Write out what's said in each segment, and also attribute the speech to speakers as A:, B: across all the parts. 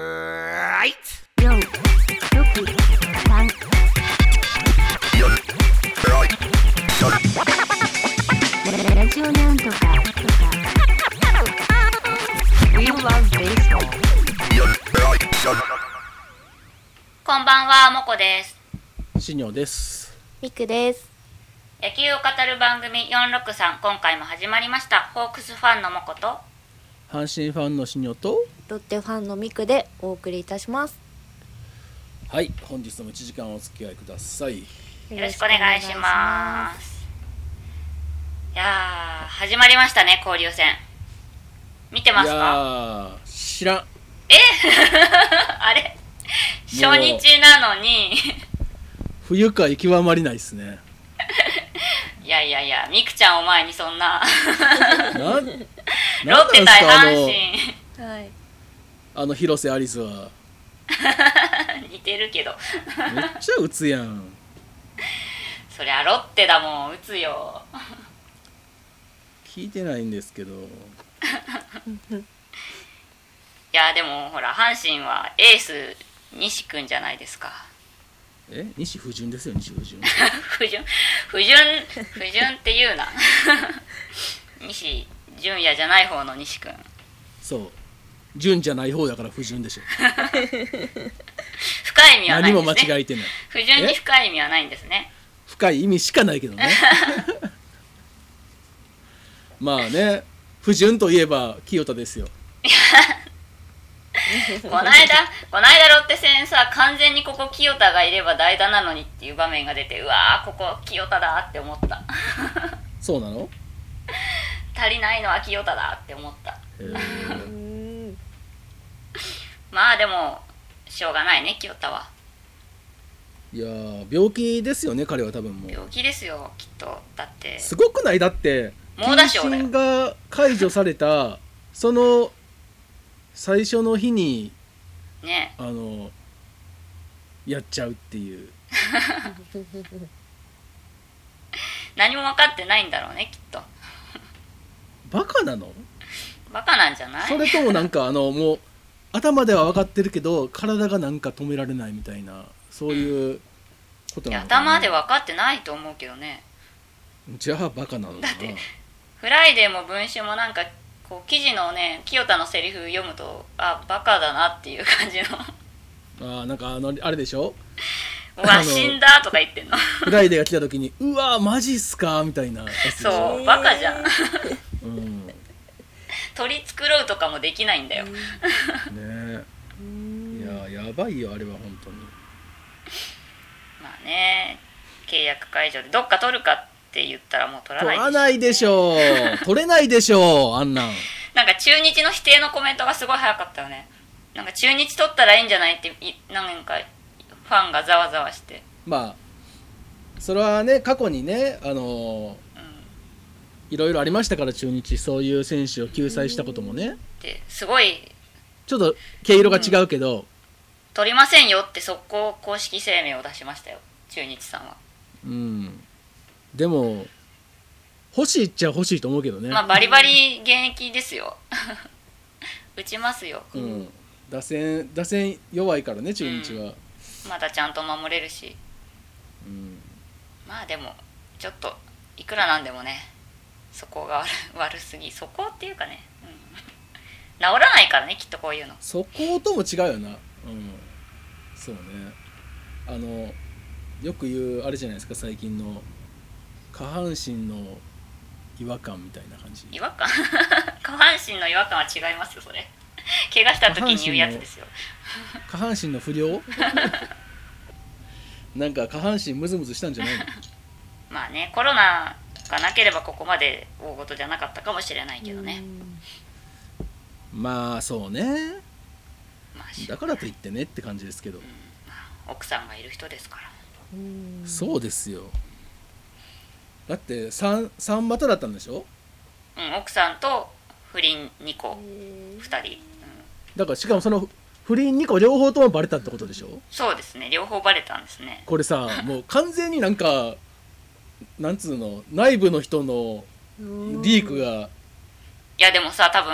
A: はい
B: よん、ろく、さん、ララジオなんとか、とか。We love baseball.
A: こんばんはもこです
C: しにょです。
D: ミクです。
A: 野球を語る番組463今回も始まりましたホークスファンのもこと
C: 阪神ファンのしにょと、
D: ロッテファンのミクでお送りいたします。
C: はい、本日も1時間お付き合いください。
A: よろしくお願いしますいやー始まりましたね交流戦見てます
C: い
A: か
C: やー、知らん。
A: あれ初日なのに
C: 不愉快極まりないですね。
A: いやいやいやみくちゃんを前にそんな
C: なん、な ん
A: ロッテ対
C: なん
A: 阪
C: です
A: 神
C: か
D: ます。はい。
C: あの、あの広瀬アリスは。
A: 似てるけど
C: めっちゃ打つやん。
A: そりゃロッテだもん打つよ
C: 聞いてないんですけど。
A: いやでもほら阪神はエース西君じゃないですか
C: え、西不順ですよ、西不順。
A: 不純不純不純って言うな 西純也じゃない方の西君
C: そう。順じゃない方だから不順でしょ。
A: 深い意味はな
C: 何
A: いん
C: も
A: で
C: 間
A: すね
C: 違えてない。
A: 不純に深い意味はないんですね
C: 深い意味しかないけ どねまあね不純といえば清田ですよ
A: この間この間ロッテ戦さ完全にここ清田がいれば代打なのにっていう場面が出てうわーここ清田だって思った
C: そうなの、
A: 足りないのは清田だって思った
C: えー
D: うん。
A: まあでもしょうがないね清田はい
C: やー病気ですよね彼は多分もう
A: 病気ですよきっとだって
C: すごくないだって
A: 猛打賞だよ
C: 謹慎が解除されたその最初の日に
A: ね
C: あのやっちゃうっていう
A: 何も分かってないんだろうねきっと
C: バカなの
A: バカなんじゃない
C: それともなんかあのもう頭では分かってるけど体がなんか止められないみたいなそういうこと
A: い
C: な
A: や
C: のかな
A: 頭で分かってないと思うけどね
C: じゃあバカなのかな
A: フライデーも文春もなんかこう記事のね清田のセリフ読むとあバカだなっていう感じ の
C: あーなんかあのあれでしょ
A: 「うわ
C: あの
A: 死んだ」とか言ってんの
C: フライデーが来た時に「うわーマジっすか」みたいなやつでしょ
A: そうバカじゃん
C: うんね
A: 取り繕うとかもできないんだよ
C: えいやーやばいよあれは本当に
A: まあね契約解除でどっか取るかって言ったらもう取らな
C: 取
A: い
C: らないでしょう取れないでしょうあんなん
A: なんか中日の否定のコメントがすごい早かったよねなんか中日取ったらいいんじゃないっていなんかファンがざわざわして
C: まあそれはね過去にねあのーいろいろありましたから中日そういう選手を救済したこともね
A: ってすごい
C: ちょっと毛色が違うけど、
A: 取りませんよって速攻公式声明を出しましたよ中日さんは、
C: うん、でも欲しいっちゃ欲しいと思うけどね、
A: まあバリバリ現役ですよ 打ちますよ、
C: うん、打線打線弱いからね中日は、
A: まだちゃんと守れるし
C: うん
A: まあでもちょっといくらなんでもねそこが悪 悪すぎそこっていうかね、うん、治らないからねきっとこういうの
C: そことも違うよな、うん、そうねあのよく言うあれじゃないですか最近の下半身の違和感みたいな感じ
A: 違和感 下半身の違和感は違いますよそれ 怪我した時に言うやつですよ
C: 下半身の不良 なんか下半身ムズムズしたんじゃないの
A: まあねコロナがなければここまで大事じゃなかったかもしれないけどね、
C: まあそうね
A: まあし
C: だからといってねって感じですけど
A: 奥さんがいる人ですから
D: うん。
C: そうですよだって三三股だったんでしょ
A: うん奥さんと不倫2個
D: え
A: 2人、うん、
C: だからしかもその不倫2個両方ともバレたってことでしょ
A: そうですね両方バレたんですね
C: これさもう完全になんかなんつうの内部の人の
D: ー
C: リークが
A: いやでもさ多分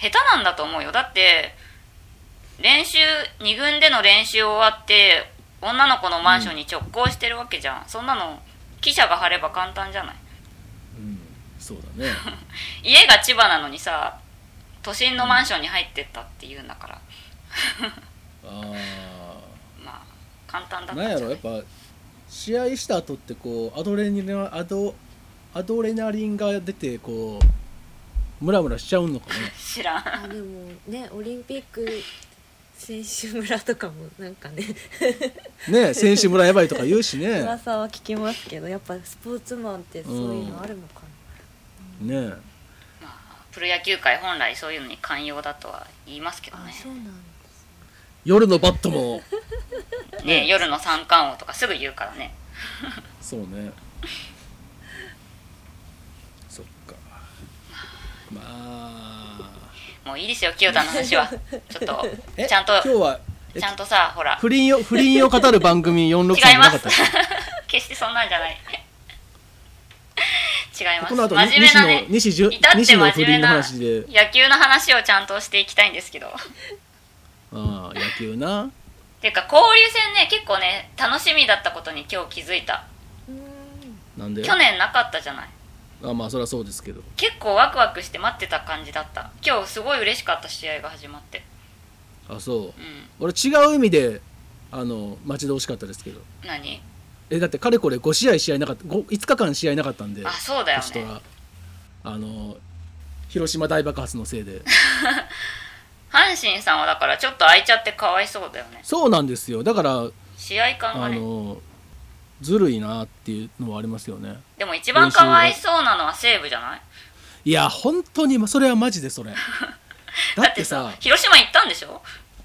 A: 下手なんだと思うよだって練習2軍での練習終わって女の子のマンションに直行してるわけじゃん、そんなの記者が貼れば簡単じゃない
C: うんそうだね
A: 家が千葉なのにさ都心のマンションに入ってったっていうんだから
C: あ
A: まあ簡単だ
C: あ
A: っ
C: な
A: た
C: ん
A: んじゃ
C: や
A: な
C: ろや
A: い
C: っぱ試合した後ってこうアドレナリンアドアドレナリンが出てこうムラムラしちゃうのかね
A: 知らん
D: あでもねオリンピック選手村とかもなんかね
C: ねえ選手村やばいとか言うしねね
D: 噂は聞きますけどやっぱスポーツマンってそういうのあるのかな、
C: え
A: まあプロ野球界本来そういうのに寛容だとは言いますけどね
D: あそうなんだ
C: 夜のバットも
A: ね夜の三冠王とかすぐ言うからね
C: そうねそっかまあ
A: もういいですよ清田の話はちょっ
C: え
A: とちゃんと
C: 今日はえ
A: ちゃんとさほら
C: 不倫を不倫を語る番組46さ ん
A: 違い
C: じゃ
A: ま
C: な
A: す
C: かったっけ
A: 決してそんなんじゃない違います
C: この後
A: 真面目
C: 西
A: な
C: の
A: ね
C: 西じゅ
A: 至って
C: 西の
A: 真
C: 不
A: 面目
C: 倫
A: な
C: の話で
A: 野球の話をちゃんとしていきたいんですけどっ
C: ああ野球な
A: ていうか交流戦ね結構ね楽しみだったことに今日気づいた
D: うーん
C: なんで
A: 去年なかったじゃない
C: あまあそりゃそうですけど
A: 結構ワクワクして待ってた感じだった今日すごい嬉しかった試合が始まって
C: あそう
A: うん
C: 俺違う意味であの待ち遠しかったですけど
A: 何
C: えだってかれこれ5試合試合なかった5日間試合なかったんで
A: あそうだよ
C: 私と
A: ね
C: はあの広島大爆発のせ いで
A: 阪神さんはだからちょっと空いちゃってかわいそうだよね
C: そうなんですよだから
A: 試合感が
C: あ
A: ね
C: のずるいなっていうのはありますよね
A: でも一番かわいそうなのは西武じゃない
C: いや本当にまそれはマジで それだってさ
A: 広島行ったんでしょ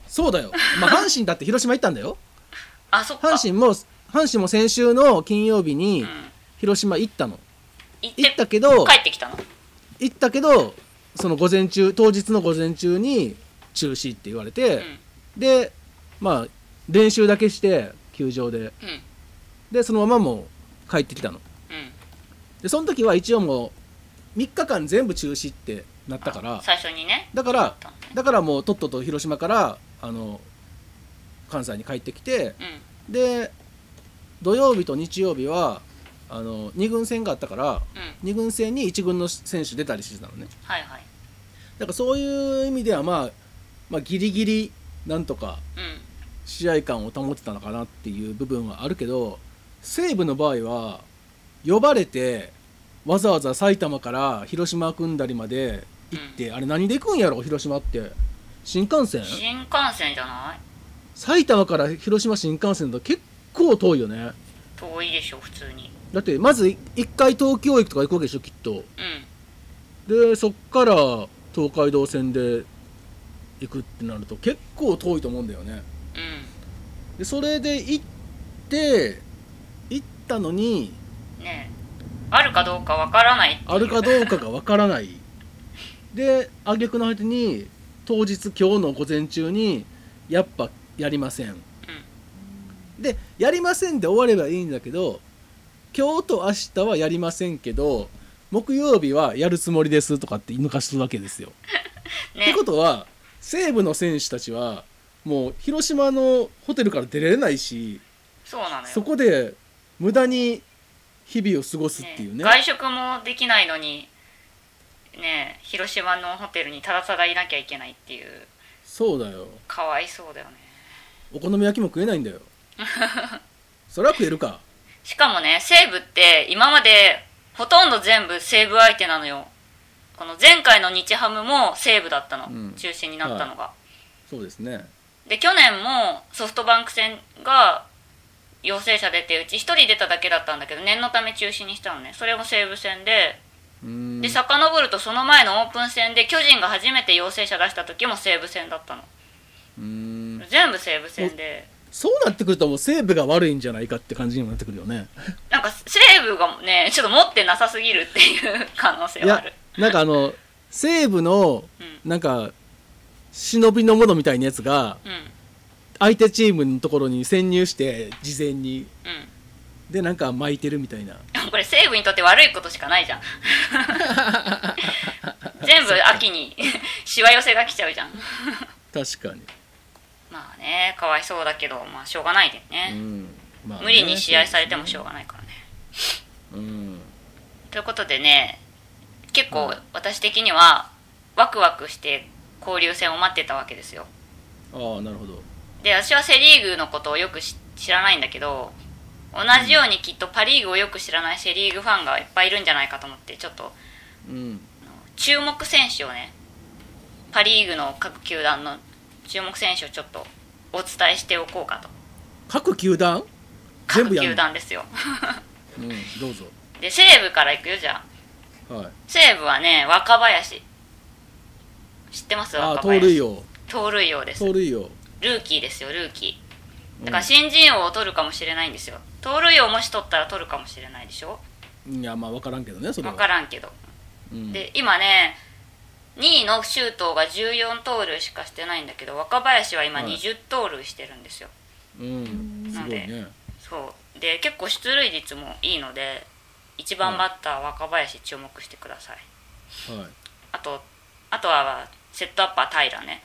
C: そうだよ、まあ、阪神だって広島行ったん だよ
A: あそっか
C: 阪神も阪神も先週の金曜日に
A: うん、
C: 広島行ったの
A: 行って
C: 行ったけど
A: 帰ってきたの
C: 行ったけどその午前中当日の午前中に中止って言われ
A: う
C: て
A: ん、
C: でまあ練習だけして球場で
A: うん
C: でそのままもう帰ってきたの
A: うん
C: でその時は一応もう3日間全部中止ってなったから
A: 最初にね
C: だから
A: そうだったんだね
C: だからもうとっとと広島からあの関西に帰ってきてで土曜日と日曜日はあの2軍戦があったか
A: う
C: ら
A: んうん
C: 2軍戦に1軍の選手出たりしてたのね
A: はいはい
C: だからそういう意味では、まあ、まあギリギリなんとか
A: うん
C: 試合感を保ってたのかなっていう部分はあるけど西武の場合は呼ばれてわざわざ埼玉から広島組んだりまで行って、あれ何で行くんやろ広島って新幹線
A: 新幹線じゃない
C: 埼玉から広島新幹線だと結構遠いよね
A: 遠いでしょ普通に
C: だってまず1回東京駅とか行くわけでしょきっと
A: うん
C: でそっから東海道線で行くってなると結構遠いと思うんだよね
A: う
C: でそれで行って行ったのに
A: んねえあるかどうかわからないっていう
C: あるかどうかがわからないで挙句の果てに当日今日の午前中にやっぱやりませんでやりませんで終わればいいんだけど今日と明日はやりませんけど木曜日はやるつもりですとかって抜かすわけですよ。
A: うん
C: って
A: ね
C: ことは西武の選手たちはもう広島のホテルから出られないし
A: そうなのよ
C: そこで無駄に日々を過ごすっていうね
A: 外食もできないのにねえ広島のホテルにただただいなきゃいけないっていう
C: そうだよ
A: かわいそうだよね
C: お好み焼きも食えない んだよそれは食えるか
A: しかもね西武って今までほとんど全部西武相手なのよこの前回の日ハムも西武だったの、
C: うん
A: 中心になったのが、
C: そうですね
A: で去年もソフトバンク戦が陽性者出てうち1人出ただけだったんだけど念のため中止にしたのねそれも西武戦で
C: うーん
A: で遡るとその前のオープン戦で巨人が初めて陽性者出した時も西武戦だったの
C: うーん
A: 全部西武戦で
C: そうなってくるともう西武が悪いんじゃないかって感じにもなってくるよね
A: なんか西武がねちょっと持ってなさすぎるっていう可能性
C: い
A: はあ
C: や
A: る
C: なんかあの西武の
A: うん
C: なんか忍びのものみたいなやつが
A: うん
C: 相手チームのところに潜入して事前に
A: う
C: でなんか巻いてるみたいなん
A: これ西武にとって悪いことしかないじ ゃん全部秋にしわ寄せが来ちゃうじゃん
C: 確かに
A: まあねかわいそうだけどまあしょうがないで
C: う
A: ね、
C: んまあね
A: 無理に試合されてもしょうがないからね
C: うん
A: ということでね結構
C: はい
A: 私的にはワクワクして交流戦を待ってたわけですよ
C: ああなるほど
A: で私はセ・リーグのことをよくし知らないんだけど同じようにきっとパ・リーグをよく知らないセ・リーグファンがいっぱいいるんじゃないかと思ってちょっと
C: うん
A: 注目選手をねパ・リーグの各球団の注目選手をちょっとお伝えしておこうかと
C: 各球団全
A: 各
C: 部やる
A: 球団ですよ
C: うんどうぞ
A: で西武から行くよじゃあ
C: はい
A: 西武はね若林知ってます
C: ああ
A: 若
C: 盗
A: 林
C: 塁王
A: 盗塁王です
C: 盗塁王
A: ルーキーですよルーキーだから
C: う
A: 新人王を取るかもしれないんですよ盗塁王もし取ったら取るかもしれないでしょ
C: んいやまあ分からんけどねそれは
A: 分からんけど
C: うん
A: で今ね2位の周東が14盗塁しかしてないんだけど若林は今
C: はい
A: 20盗塁してるんですよ、
C: うんすごいね
A: そうで結構出塁率もいいので1番バッター若林注目してください、
C: はい
A: あとあとはセットアッパー平ね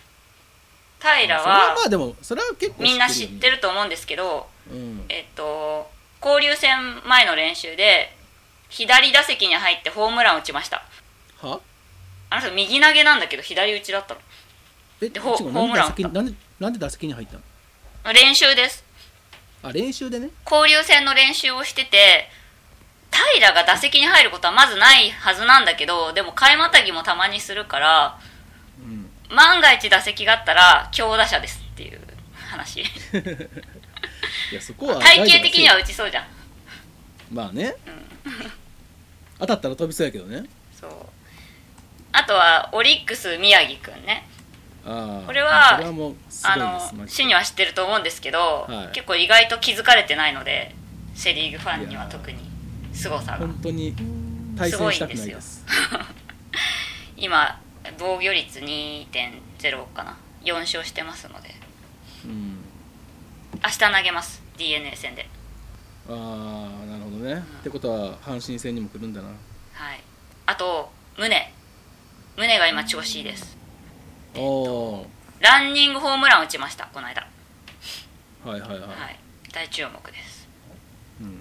C: それ
A: 平
C: は
A: は
C: まあでもそれは結構
A: みんな知って
C: る
A: ると思うんですけど
C: よね
A: えっと交流戦前の練習で左打席に入ってホームラン打ちました
C: うんは
A: あの人右投げなんだけど左打ちだったの
C: え
A: でホ
C: 違う
A: ホームラン
C: なんで打席になんでなんで打席に入ったの
A: 練習です
C: あ練習でね
A: 交流戦の練習をしてて平が打席に入ることはまずないはずなんだけどでも替えまたぎもたまにするから
C: うん
A: 万が一打席があったら強打者ですっていう話
C: いやそこは
A: 体型的には
C: 大丈夫で
A: 打ちそうじゃん
C: すよまあね 当たったら飛びそうやけどね
A: そうあとはオリックス宮城くんね
C: ああ
A: これは
C: それはもうすご
A: あ
C: いです
A: の
C: マジ
A: 市には知ってると思うんですけど、
C: はい
A: 結構意外と気づかれてないのでセ・リーグファンにはい
C: やー
A: 特に凄さが
C: 本当に対戦したくないです
A: 今防御率2.0かな4勝してますので
C: うん
A: 明日投げます d n a 戦で
C: ああなるほどね、ってことは阪神戦にも来るんだな
A: はいあと宗宗が今調子いいです
C: おお
A: ランニングホームラン打ちましたこの間
C: ーはいはいはい、
A: はい大注目です
C: うん、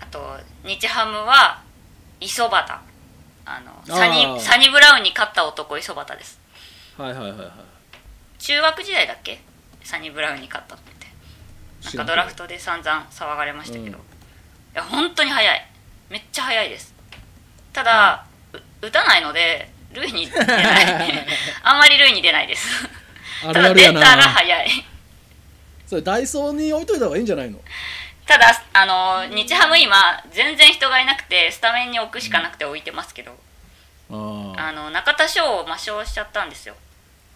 A: あと日ハムは磯端あのサニ
C: あー
A: サニブラウンに勝った男磯端です
C: はいはいはいは
A: 中学時代だっけサニブラウンに勝ったって
C: い
A: なんかドラフ
C: ト
A: トで散々騒がれましたけど、
C: うん
A: いや本当に速いめっちゃ速いですただ、う打たないので塁に出ない あんまり塁に出ないですた
C: ある
A: だ
C: ある
A: 出
C: や
A: た
C: な
A: ら速い
C: それダイソーに置いといた方がいいんじゃないの
A: ただあの日ハム今全然人がいなくてスタメンに置くしかなくて置いてますけど、あ
C: あ
A: の中田翔を抹消しちゃったんですよ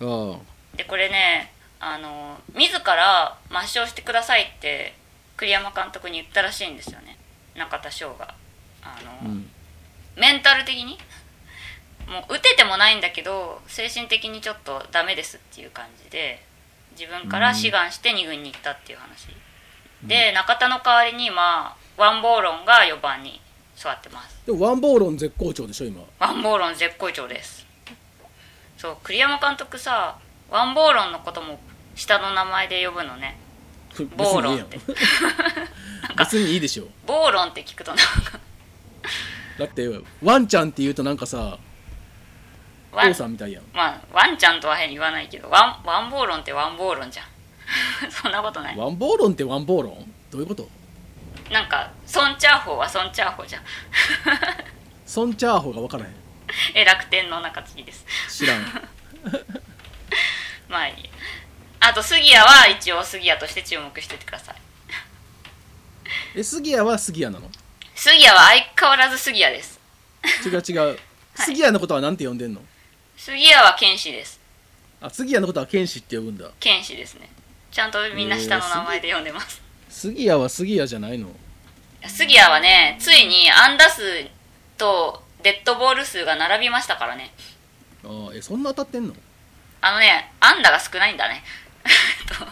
C: ああ
A: でこれねあの自ら抹消してくださいって栗山監督に言ったらしいんですよね中田翔があ
C: あう
A: の、
C: ん
A: メンタル的に もう打ててもないんだけど精神的にちょっとダメですっていう感じで自分から志願して2軍に行ったっていう話、で中田の代わりに今ワンボーロンが4番に座ってます
C: でもワンボーロン絶好調でしょ今
A: ワンボーロン絶好調ですそう栗山監督さワンボーロンのことも下の名前で呼ぶのねボーロンって
C: 別にいいやん別にいいでしょ
A: ボーロンって聞くとなんか
C: だってワンちゃんって言うとなんかさ
A: ワン
C: 王さんみたいやん
A: まあワンちゃんとは変に言わないけどワンワンボーロンってワンボーロンじゃん そんなことない
C: ワンボーロンってワンボーロンどういうこと
A: なんかソンチャーホーはソンチャーホーじゃん
C: ソンチャーホが分からへん
A: え楽天の中継ぎです
C: 知らん
A: まあいいやあと杉谷は一応杉谷として注目しててください
C: え杉谷は杉谷なの
A: 杉谷は相変わらず杉谷です
C: 違う違う、杉谷のことはなんて呼んでんの
A: 杉谷は剣士です
C: あ杉谷のことは剣士って呼ぶんだ
A: 剣士ですねちゃんとみんな下の名前で呼んでます、
C: 杉谷は杉谷じゃないの
A: 杉谷はねついに安打数とデッドボール数が並びましたからね
C: ああえそんな当たってんの
A: あのね安打が少ないんだね えっと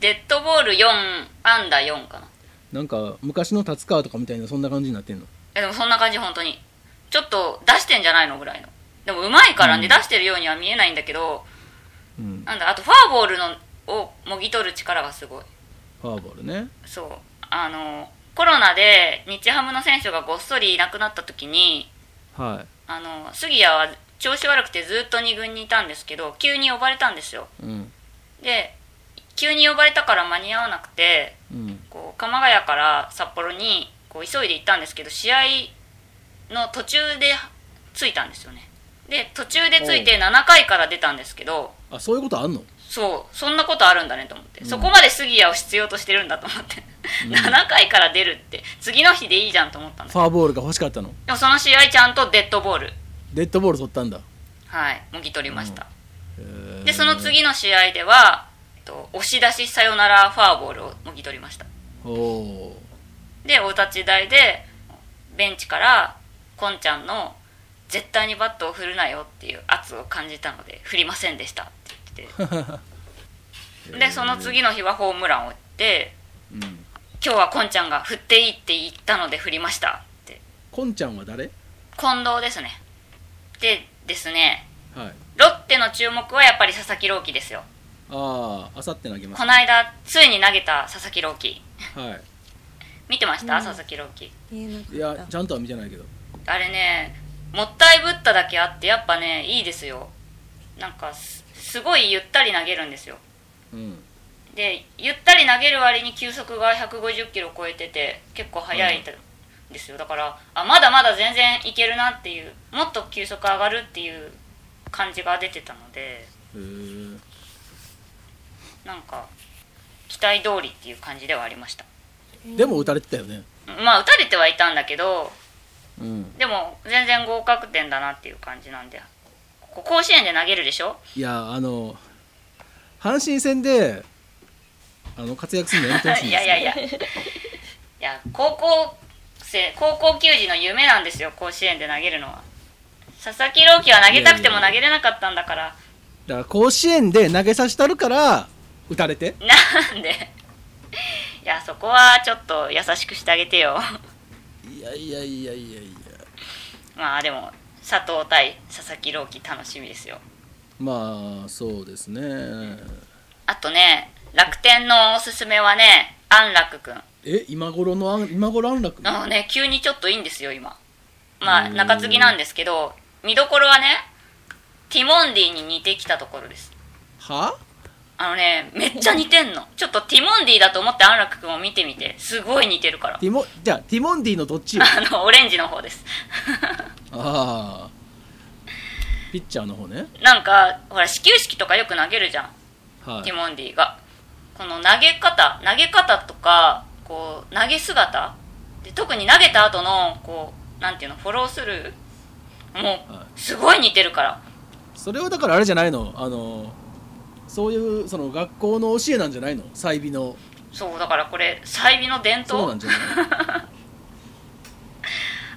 A: デッドボール4安打4かな
C: なんか昔の達川とかみたいなそんな感じになってんの
A: えでもそんな感じ本当にちょっと出してんじゃないのぐらいのでもうまいからね、
C: うん
A: 出してるようには見えないんだけど
C: うん、
A: なんだあとフォアボールのをもぎ取る力がすごい
C: ファーボールね
A: そうあのコロナで日ハムの選手がごっそりいなくなった時に
C: は
A: あの杉谷は調子悪くてずっと2軍にいたんですけど急に呼ばれたんですよ
C: いうん
A: で急に呼ばれたから間に合わなくて
C: うん
A: こう鎌ヶ谷から札幌にこう急いで行ったんですけど試合の途中で着いたんですよねで途中で着いて7回から出たんですけど
C: あそういうことあんの
A: そうそんなことあるんだねと思って、
C: うん
A: そこまで杉谷を必要としてるんだと思って、
C: うん
A: 7回から出るって次の日でいいじゃんと思ったんだけ
C: ファーボールが欲しかったの
A: どでもその試合ちゃんとデッドボール
C: デッドボール取ったんだ
A: はいもぎ取りました、
C: へー
A: でその次の試合では、えっと、押し出しサヨナラファーボールをもぎ取りました
C: おお
A: でお立ち台でベンチからこんちゃんの「絶対にバットを振るなよ」っていう圧を感じたので振りませんでしたって言って てでその次の日はホームランを打って
C: ーうん
A: 「今日はこんちゃんが振っていいって言ったので振りました」って
C: こんちゃんは誰
A: 近藤ですねでですね
C: はい
A: ロッテの注目はやっぱり佐々木朗希ですよ
C: あああさって投げます
A: この間ついに投げた佐々木朗希
C: は
A: 見てました、
D: うん
A: 佐々木朗希
D: 見えなかった
C: いいやちゃんとは見てないけど
A: あれねもったいぶっただけあってやっぱねいいですよなんかすすごいゆったり投げるんですよ
C: うん
A: でゆったり投げる割に球速が150キロ超えてて結構速いんですよだからあまだまだ全然いけるなっていうもっと球速上がるっていう感じが出てたので
C: へー
A: なんか期待通りっていう感じではありました
C: でも打たれてたよね
A: まあ打たれてはいたんだけど
C: うん
A: でも全然合格点だなっていう感じなんでここ甲子園で投げるでしょ
C: いやあの阪神戦であの活躍するのやめてほしい ん
A: い
C: です
A: や
C: よ
A: いやいやいや高校生高校球児の夢なんですよ甲子園で投げるのは佐々木朗希は投げたくても投げれなかったんだから
C: だから甲子園で投げさせたるから打たれて
A: なんでいやそこはちょっと優しくしてあげてよ
C: いやいやいやいやいや
A: まあでも佐藤対佐々木朗希楽しみですよ
C: まあそうですね
A: あとね楽天のおすすめはね安楽くん
C: え今頃の安今頃安楽
A: あのね急にちょっといいんですよ今まあ
C: うん
A: 中継ぎなんですけど見どころはねティモンディに似てきたところです
C: は
A: あのねめっちゃ似てんのちょっとティモンディだと思って安楽君を見てみてすごい似てるから
C: ティモじゃあティモンディのどっちよ
A: あのオレンジの方です
C: ああピッチャーの方ね
A: なんかほら始球式とかよく投げるじゃん、
C: は
A: テ
C: い
A: ィモンディがこの投げ方投げ方とかこう投げ姿で特に投げた後のこうなんていうのフォロースルーも
C: は
A: うすごい似てるから
C: それはだからあれじゃないのあのそういうその学校の教えなんじゃないの細美の
A: そうだからこれ細美の伝
C: そうなん
A: 統
C: じゃない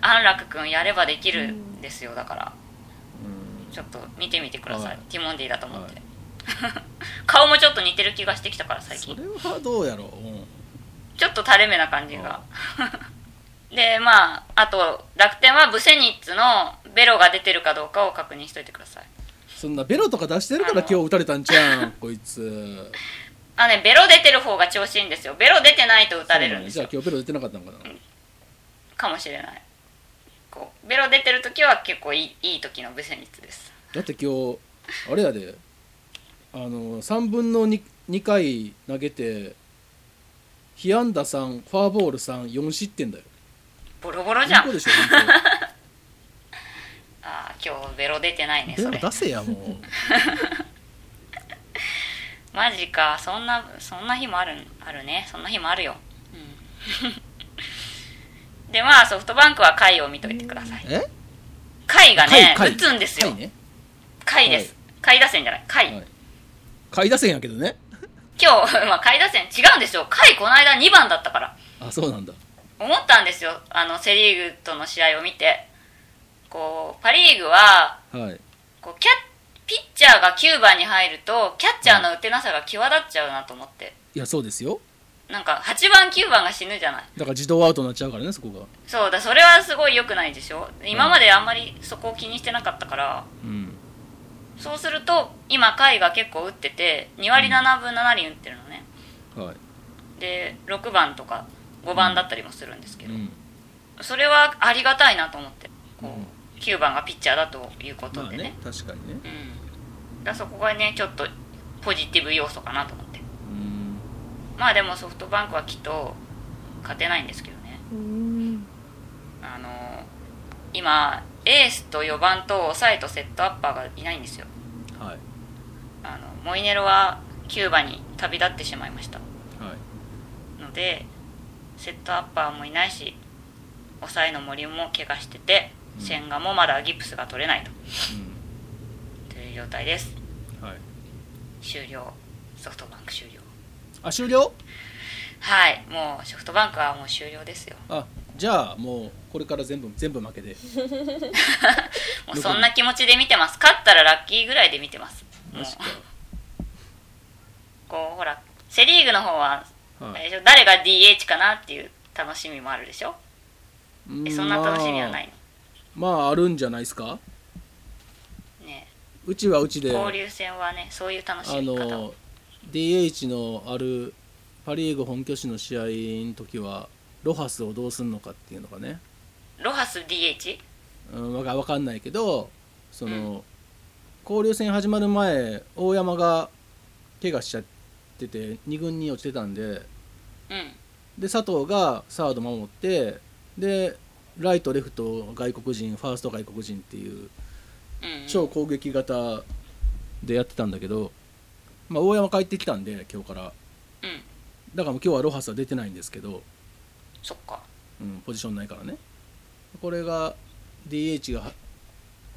A: 安楽君やればできるんですよだから
C: う
A: ちょっと見てみてください、
C: はい
A: ティモンディだと思って、
C: は
A: 顔もちょっと似てる気がしてきたから最
C: んそ
A: 近
C: れはどうやろう、うん
A: ちょっと垂れ目な感じが でまああと楽天はブセニッツのベロが出てるかどうかを確認しといてください
C: そんなベロとか出してるから今日打たれたんじゃうんこいつ
A: あねベロ出てる方が調子いいんですよベロ出てないと打たれるんです
C: じゃ
A: よ
C: あ今日ベロ出てなかったのかな、
A: かもしれないこうベロ出てる時は結構いいいい時のブセニッツです
C: だって今日あれやであの3分の 2, 2回投げて被安打3フォアボール34失点だよ
A: ボロボロじゃん
C: いい子でしょ
A: あー今日ベロ出てないねそ
C: 本当
A: れ
C: ベロ出せやも
A: マジかそんなそんな日もあるあるねそんな日もあるよ、うん でまあソフトバンクは回を見といてください
C: え
A: 回 がね
C: 回回
A: 打つんですよ
C: うね
A: 回です回打線じゃない回、
C: はい下位打線やけどね
A: 今日、 まあ、回打線違うんですよ回この間2番だったから
C: あそうなんだ
A: 思ったんですよあのセ・リーグとの試合を見てこうパ・リーグは
C: はい
A: こうキャピッチャーが9番に入るとキャッチャーの打てなさが際立っちゃうなと思って
C: いやそうですよ
A: なんか8番9番が死ぬじゃない
C: だから自動アウトになっちゃうからねそこが
A: そうだそれはすごい良くないでしょ今まであんまりそこを気にしてなかったから
C: うん
A: そうすると今甲斐が結構打ってて2割7分7厘打ってるのね
C: はい
A: で6番とか5番だったりもするんですけ
C: う
A: ど、
C: ん
A: それはありがたいなと思ってこ
C: うん
A: う9番がピッチャーだということ
C: まあ
A: でね,、
C: ね確かにね
A: うん、だからそこがねちょっとポジティブ要素かなと思って
C: うん
A: まあでもソフトバンクはきっと勝てないんですけどね
D: うん
A: あの今エースと4番と抑えとセットアッパーがいないんですよ
C: はい
A: あのモイネロはキューバに旅立ってしまいました
C: はい
A: のでセットアッパーもいないし抑えの森も怪我してて
C: うん
A: 千賀もまだギプスが取れないとという状態です
C: うんはい
A: 終了ソフトバンク終了
C: あ終了
A: はいもうソフトバンクはもう終了ですよ
C: あじゃあもうこれから全部全部負けで
A: もうそんな気持ちで見てます勝ったらラッキーぐらいで見てますもう
C: マジか
A: こうほらセ・リーグの方は、
C: は
A: あ
C: い
A: れでしょ誰が DH かなっていう楽しみもあるでしょえそんな楽しみはない
C: まあまああるんじゃないですか
A: のね
C: うちはうちで
A: 交流戦はねそういう楽し
C: あ
A: み方を
C: の DH のあるパ・リーグ本拠地の試合の時はロハスをどうすんのかっていうのがね、
A: ロハス DH?
C: うん、わかわかんないけどその、交流戦始まる前大山が怪我しちゃってて2軍に落ちてたんで
A: うん
C: で佐藤がサード守ってでライトレフト外国人ファースト外国人っていう
A: うんうん
C: 超攻撃型でやってたんだけど、まあ、大山帰ってきたんで今日から
A: うん
C: だからもう今日はロハスは出てないんですけど、
A: そっか
C: うん、ポジションないからねこれが DH がは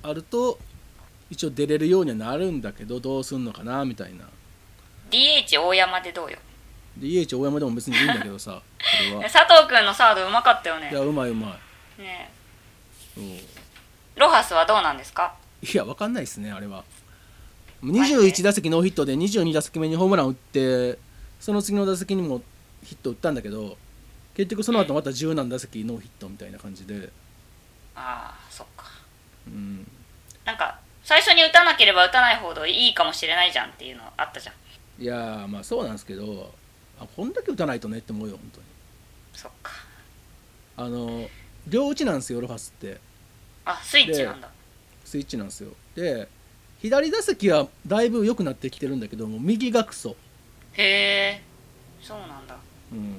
C: あると一応出れるようにはなるんだけどどうすんのかなみたいな
A: DH 大山でどうよ
C: DH 大山でも別にいいんだけどさこれは
A: 佐藤君のサードうまかったよ
C: い
A: ね
C: やうまいうま
A: ね
C: い、うん、い
A: ロハスはどうなんですか
C: やわかんないっすねあれは21打席ノーヒットで22打席目にホームラン打ってその次の打席にもヒット打ったんだけど結局その後また十何打席ノーヒットみたいな感じで、
A: ああそっか
C: うん、
A: なんか最初に打たなければ打たないほどいいかもしれないじゃんっていうのあったじゃん
C: いやーまあそうなんですけどあこんだけ打たないとねって思うよ本当に
A: そっか
C: あの両打ちなんですよロハスって
A: あスイッチなんだ
C: スイッチなんですよで左打席はだいぶ良くなってきてるんだけども右がクソ、
A: へえそうなんだ
C: うん、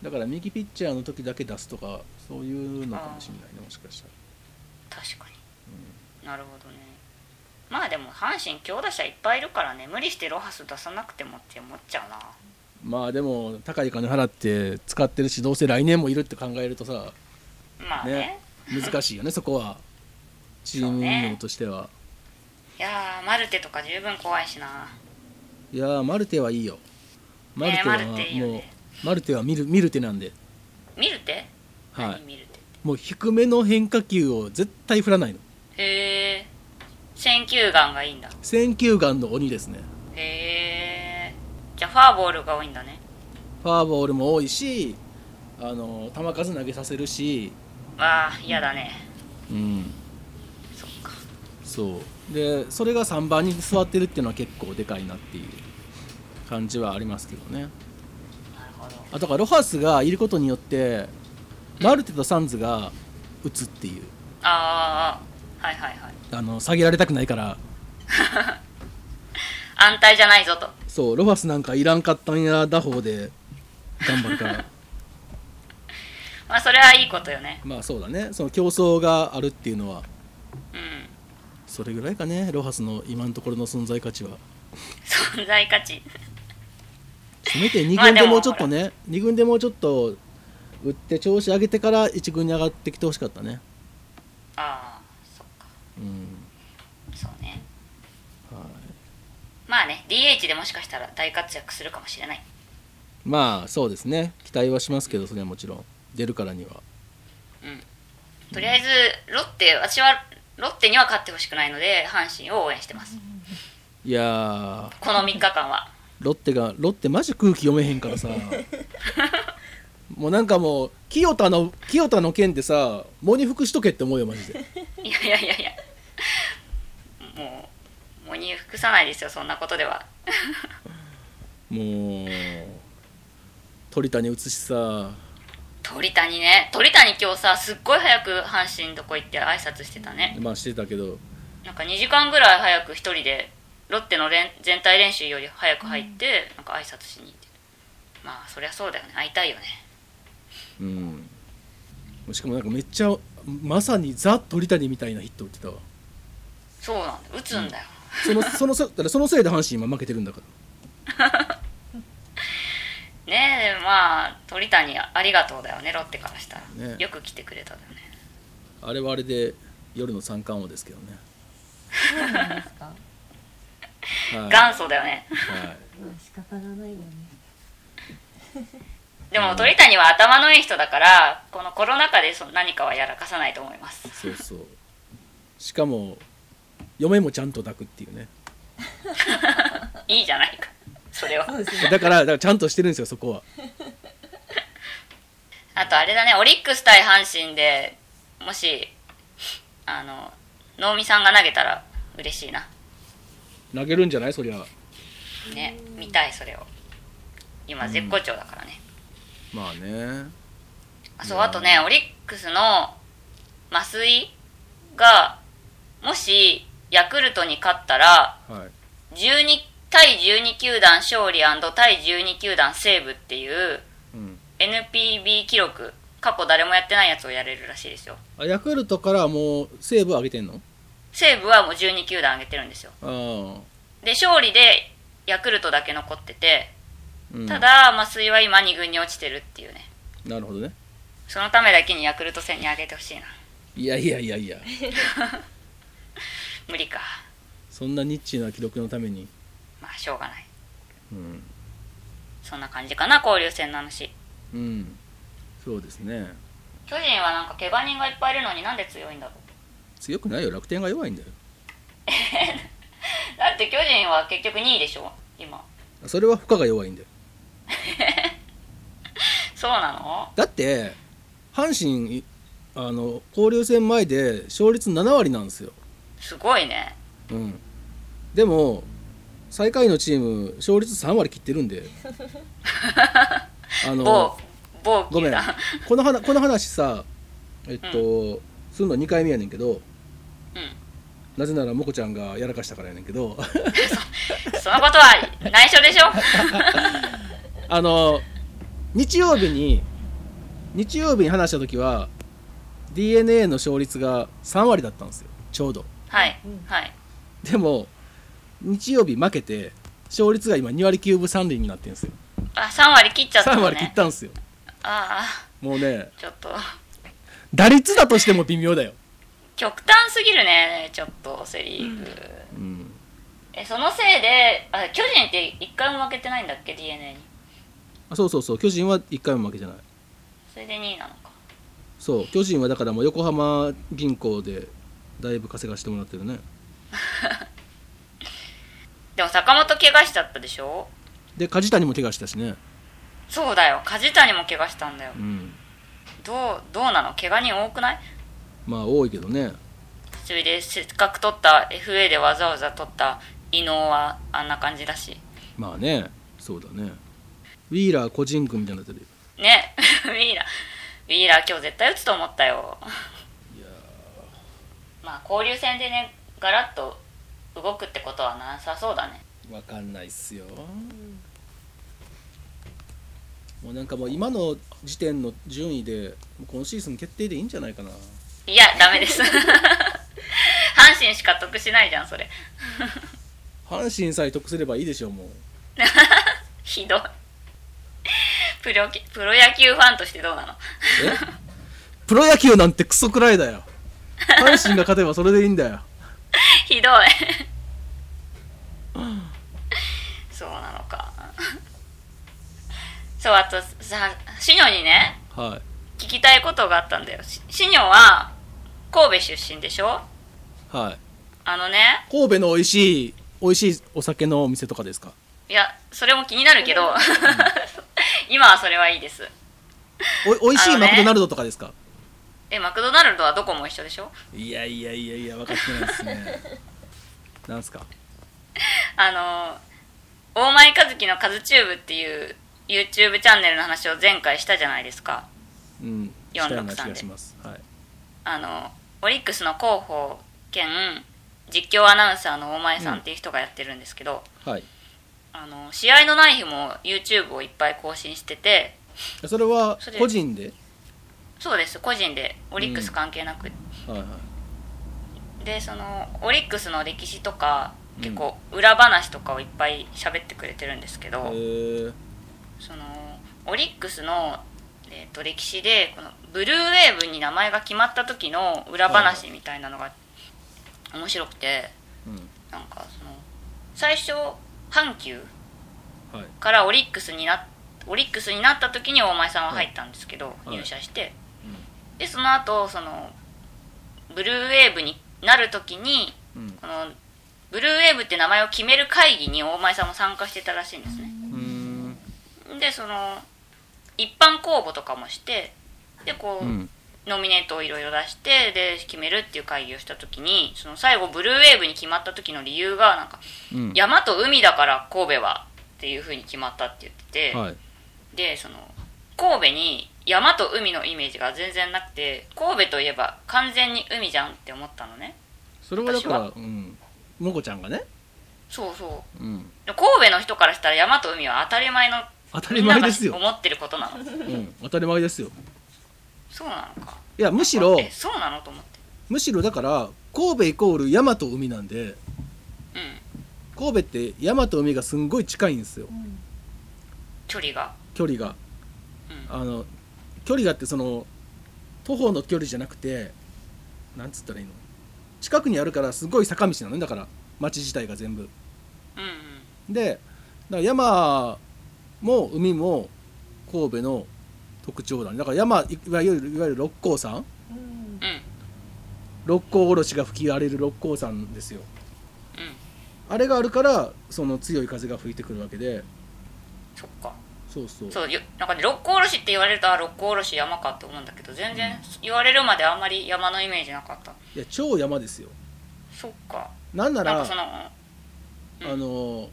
C: だから右ピッチャーの時だけ出すとかそういうのかもしれないねもしかしたら
A: 確かに、なるほどねまあでも阪神強打者いっぱいいるからね無理してロハス出さなくてもって思っちゃうな
C: まあでも高い金払って使ってるしどうせ来年もいるって考えるとさ
A: まあね
C: ね難しいよねそこはチーム運用としては、
A: いやーマルテとか十分怖いしない
C: やーマルテはいいよマル
A: ね
C: テはもう、
A: マルテいいよね
C: マルテは見る見る手なんで
A: 見るて、
C: はい
A: 何見るて
C: もう低めの変化球を絶対振らないの
A: へえ選球眼がいいんだ
C: 選球眼の鬼ですね
A: へえじゃあファーボールが多いんだね
C: ファーボールも多いしあの球数投げさせるし、
A: わあ嫌だね
C: うん、
A: そっか
C: そうでそれが3番に座ってるっていうのは結構でかいなっていう感じはありますけどね
A: なるほど
C: あだからロハスがいることによってマルテとサンズが打つっていう
A: ああはいはいはい
C: あの下げられたくないから
A: 安泰じゃないぞと
C: そうロハスなんかいらんかったんや打法で頑張るから
A: まあそれはいいことよね
C: まあそうだねその競争があるっていうのは
A: うん
C: それぐらいかねロハスの今のところの存在価値は
A: 存在価値
C: せめて2
A: まあ
C: 軍
A: で
C: で
A: も
C: もうちょっとね、2軍でもうちょっと打って調子上げてから1軍に上がってきてほしかったね。
A: ああそっか
C: うん
A: そうね
C: はい、
A: まあね DH でもしかしたら大活躍するかもしれない
C: まあそうですね、期待はしますけど、それはもちろん、出るからには。
A: うんとりあえずロッテ私はロッテには勝ってほしくないので阪神を応援してます
C: いや
A: この3日間は
C: ー、ロッテが、ロッテ、マジ空気読めへんからさ、もうなんかもう、清田の清田の件でさ、喪に服しとけって思うよ、マジで。
A: いやいやいやいやもう、もうに服さないですよ、そんなことでは。
C: もう鳥谷移しさ
A: 鳥谷ね、鳥谷今日さ、すっごい早く阪神どこ行って挨拶してたね。
C: まあしてたけど
A: なんか2時間ぐらい早く一人で、ロッテの連全体練習より早く入って、なんか挨拶しに行って。まあ、そりゃそうだよね。会いたいよね。
C: うんしかもなんかめっちゃまさにザ・鳥谷みたいなヒット打ってたわ
A: そうなんだよ。打つんだよ。
C: そ のそのそだからそのせいで阪神今負けてるんだから
A: ねえ、まあ、鳥谷ありがとうだよね、ロッテからしたら。
C: ね
A: よく来てくれただよね。
C: あれはあれで夜の三冠王ですけどね。
D: そうなんですか。
C: はい、
A: 元祖だよね。
C: はい、
D: まあ仕方がないよね。
A: でも鳥谷は頭のいい人だからこのコロナ禍でその何かはやらかさないと思います
C: そうそう。しかも嫁もちゃんと抱くっていうね。
A: いいじゃないかそれは
D: そうですね。
C: だからだからちゃんとしてるんですよそこは。
A: あとあれだねオリックス対阪神でもしあの能見さんが投げたら嬉しいな
C: 投げるんじゃないそりゃ。
A: ね見たいそれを今絶好調だからね、
C: まあね。
A: あそうあとねオリックスの増井がもしヤクルトに勝ったら
C: はい。
A: 12対12球団勝利対12球団セーブっていう
C: うん。
A: NPB 記録過去誰もやってないやつをやれるらしいですよ
C: あヤクルトからはもうセーブ上げてんの？
A: 西武はもう12球団上げてるんですよ
C: ああ。
A: で勝利でヤクルトだけ残ってて
C: うん、
A: た。だ増井は今2軍に落ちてるっていうね
C: なるほどね。
A: そのためだけにヤクルト戦に上げてほしいない
C: やいやいやいや。
A: 無理か
C: そんなニッチな記録のために。
A: まあしょうがない
C: うん。
A: そんな感じかな交流戦の話
C: うん。そうですね。
A: 巨人はなんか怪我人がいっぱいいるのになんで強いんだろう
C: 強くないよ楽天が弱いんだよ。
A: だって巨人は結局2位でしょ今
C: それは負荷が弱いんだよ。
A: そうなの
C: だって阪神いあの交流戦前で勝率7割なんですよ、
A: すごいね
C: うん、でも最下位のチーム勝率3割切ってるん であ
A: 某
C: の
A: 某
C: ご
A: 球
C: めん
A: 団
C: この話この話さえっと、するの2回目やねんけど
A: うん
C: なぜならもこちゃんがやらかしたからやねんけど
A: そのことは内緒でしょ
C: あの日曜日に日曜日に話した時は d n a の勝率が3割だったんですよちょうど
A: はい
D: うん
A: はい
C: でも日曜日負けて勝率が今2割9分3厘になってるんですよ
A: あ3割切っちゃった
C: 3
A: の
C: 割切っ
A: ね
C: たんですよ
A: あ
C: も うね
A: あちょっと
C: 打率だとしても微妙だよ、
A: 極端すぎるねちょっとセ・リーグ、
C: うん、
A: えそのせいであ巨人って一回も負けてないんだっけ d n a に
C: あそうそうそう巨人は1回も負けてない
A: それで2位なのか
C: そう巨人はだからもう横浜銀行でだいぶ稼がしてもらってるね
A: でも坂本怪我しちゃったでしょ
C: で梶谷も怪我したしね
A: そうだよ梶谷も怪我したんだよ
C: うん
A: どうどうなの怪我人多くない
C: まあ多いけどね
A: それでせっかく取った FA でわざわざ取った伊能はあんな感じだし
C: まあねそうだねウィーラー個人軍みたいになってるよ
A: ね ウィーラーウィーラー今日絶対打つと思ったよまあ交流戦でねガラッと動くってことはなさそうだね
C: わかんないっすよ、もうなんかもう今の時点の順位でもう今シーズン決定でいいんじゃないかない
A: やダメです 阪神しか得しないじゃんそれ
C: 阪神さえ得すればいいでしょう もう
A: ひどいプロきプロ野球ファンとしてどうなの
C: えプロ野球なんてクソくらいだよ阪神が勝てばそれでいいんだよ
A: ひどい そうなのか そうあとさシニョにね
C: は
A: 聞きたいことがあったんだよしシニョは神戸出身でしょ
C: いはい
A: あのね
C: 神戸の美味しい美味しいお酒のお店とかですか
A: いやそれも気になるけど 今はそれはいいです
C: お美味
A: あ
C: しい
A: のね
C: マクドナルドとかですか、
A: えマクドナルドはどこも一緒でしょ
C: いやいやいやいや分かってないですねなんすか
A: あの大前和樹の「カズチューブ」っていう YouTube チャンネルの話を前回したじゃないですか
C: うん
A: 463
C: したような気がしますはい
A: あのオリックスの広報兼実況アナウンサーの大前さんっていう人がやってるんですけど、
C: はい
A: あの試合のない日も YouTube をいっぱい更新してて
C: それは
A: それ
C: 個人で
A: そうです個人でオリックス関係なく、
C: はいはい
A: でそのオリックスの歴史とか
C: うん
A: 結構裏話とかをいっぱい喋ってくれてるんですけど、
C: えー、
A: そのオリックスの、えー、と歴史でこのブルーウェーブに名前が決まった時の裏話みたいなのが面白くて
C: うん
A: なんかその最初阪急
C: はい
A: からオリックスになオリックスになった時に大前さんは入ったんですけど、
C: はい
A: 入社して、
C: うん
A: でその後そのブルーウェーブになる時に
C: うん
A: このブルーウェーブって名前を決める会議に大前さんも参加してたらしいんですね
C: うーん
A: でその一般公募とかもしてでこう、
C: うん
A: ノミネートをいろいろ出してで決めるっていう会議をした時にその最後ブルーウェーブに決まった時の理由がなんか
C: うん
A: 山と海だから神戸はっていう風に決まったって言ってて、
C: はい
A: でその神戸に山と海のイメージが全然なくて神戸といえば完全に海じゃんって思ったのね
C: それはだ
A: 私
C: からうんもこちゃんがね
A: そうそう
C: うん
A: で神戸の人からしたら山と海は当たり前の
C: 当た
A: み
C: り
A: んな
C: 前
A: が
C: ですよ
A: 思ってることなの
C: うん当たり前ですよ
A: そうなのか
C: いやむしろ
A: えそうなのと思って
C: むしろだから神戸イコール山と海なんで
A: うん
C: 神戸って山と海がすんごい近いんですよ
D: うん
A: 距離が
C: 距離が
A: うん
C: あの距離がってその徒歩の距離じゃなくてなんつったらいいの近くにあるからすごい坂道なのねだから町自体が全部
A: うん
C: でだから山も海も神戸の特徴だねだから山いいわゆるいわゆる六甲山
D: う
A: う
D: ん
A: んうん
C: 六甲おろしが吹き荒れる六甲山ですよ
A: うん
C: あれがあるからその強い風が吹いてくるわけで
A: そっか
C: そうそう
A: そうよなんかね六甲おろしって言われるとあ六甲おろし山かって思うんだけど全然言われるまであんまり山のイメージなかった
C: いや超山ですよ
A: そっか
C: なんな
A: なん
C: ら
A: かそのうん
C: あの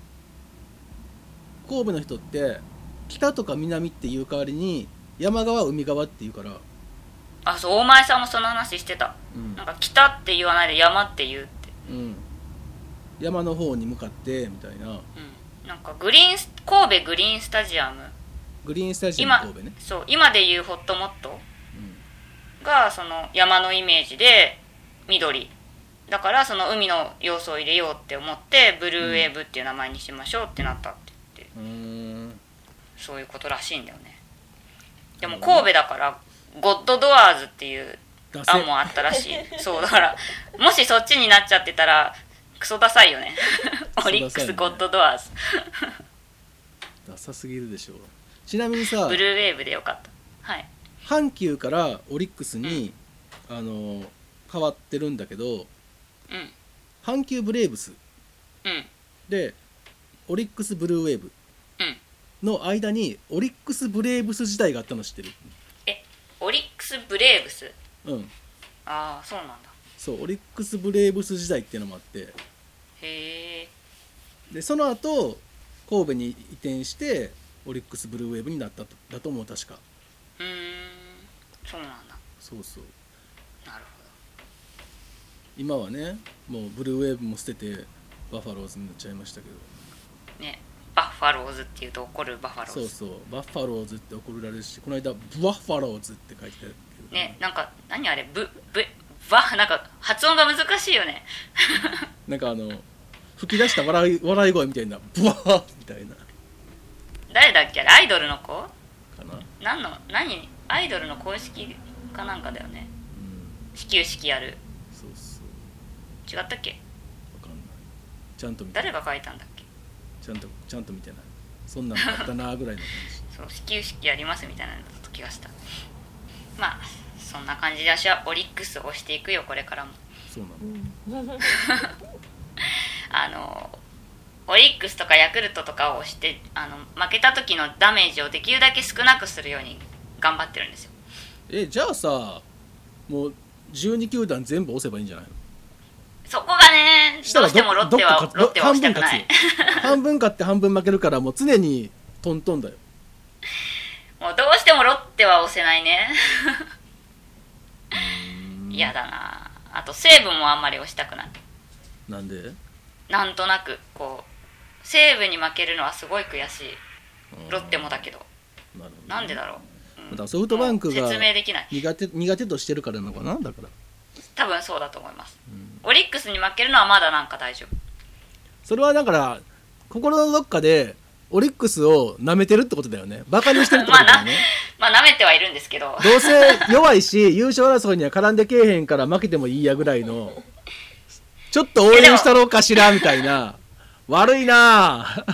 C: 神戸の人って北とか南っていう代わりに山側海側っていうから、
A: あそう大前さんもその話してた
C: うん
A: なんか北って言わないで山って言うって
C: うん山の方に向かってみたいな
A: うんなんかグリーンス神戸グリーンスタジアム
C: グリーンスタジアム
A: 今
C: 神戸ね、
A: そう今で言うホットモットがその山のイメージで緑だからその海の要素を入れようって思ってブルーウェーブっていう名前にしましょうってなったって言って
C: うんうーん
A: そういうことらしいんだよねでも神戸だからゴッドドアーズっていう
C: 出せ
A: 案もあったらしい そうだからもしそっちになっちゃってたらクソダサいよね オリックスゴッドドアーズ
C: ダサすぎるでしょうちなみにさ
A: ブルーウェーブでよかったはい
C: 阪急からオリックスに、あの変わってるんだけど
A: う
C: 阪急ブレーブス
A: んうん
C: でオリックスブルーウェーブ
A: うん
C: の間にオリックスブレーブス時代があったの知ってる
A: えオリックスブレーブス
C: うん
A: ああそうなんだ
C: そうオリックスブレーブス時代っていうのもあって
A: へえ
C: でその後神戸に移転してオリックスブルーウェーブになったとだと思う確か
A: うーんそうなんだ
C: そうそう
A: なる
C: 今はねもうブルーウェーブも捨ててバファローズになっちゃいましたけど
A: ほどねバッファローズっていうと怒るバッファローズ
C: そうそうバッファローズって怒られるしこの間ブワッファローズって書いてたけど
A: ねなんか何あれブブバなんか発音が難しいよね
C: なんかあの吹き出した笑い笑い声みたいなブワーみたいな
A: 誰だっけあれアイドルの子
C: かな、うん、
A: 何の何アイドルの公式かなんかだよね始球式やる
C: そうそう
A: 違ったっけ
C: わかんないちゃんと見て
A: 誰が書いたんだっけ
C: ちゃんとちゃんと見てないそんなのあったなーぐらいの感じ
A: そう始球式やりますみたいなのだった気がしたまあそんな感じで私はオリックスを推していくよこれからも
C: そうなの
A: あのオリックスとかヤクルトとかを押してあの負けた時のダメージをできるだけ少なくするように頑張ってるんですよ
C: えじゃあさもう12球団全部押せばいいんじゃないの
A: そこがねどうしてもロッテはロッテは押したくない
C: つよ 半分勝って半分負けるからもう常にトントンだよ
A: もうどうしてもロッテは押せないね嫌だなあと西武もあんまり押したくない
C: なんで
A: なんとなくこう西武に負けるのはすごい悔しいロッテもだけど
C: なるほど
A: なんでだろう、うん
C: だからソフトバンクが
A: もう説明できない
C: 苦手苦手としてるからなのかなだから
A: 多分そうだと思います、オリックスに負けるのはまだなんか大丈夫
C: それはだから心のどっかでオリックスを舐めてるってことだよねバカにしてるってことだよね
A: まあ舐めてはいるんですけど
C: どうせ弱いし優勝争いには絡んでけえへんから負けてもいいやぐらいのちょっと応援したろうかしらみたいな悪いなあ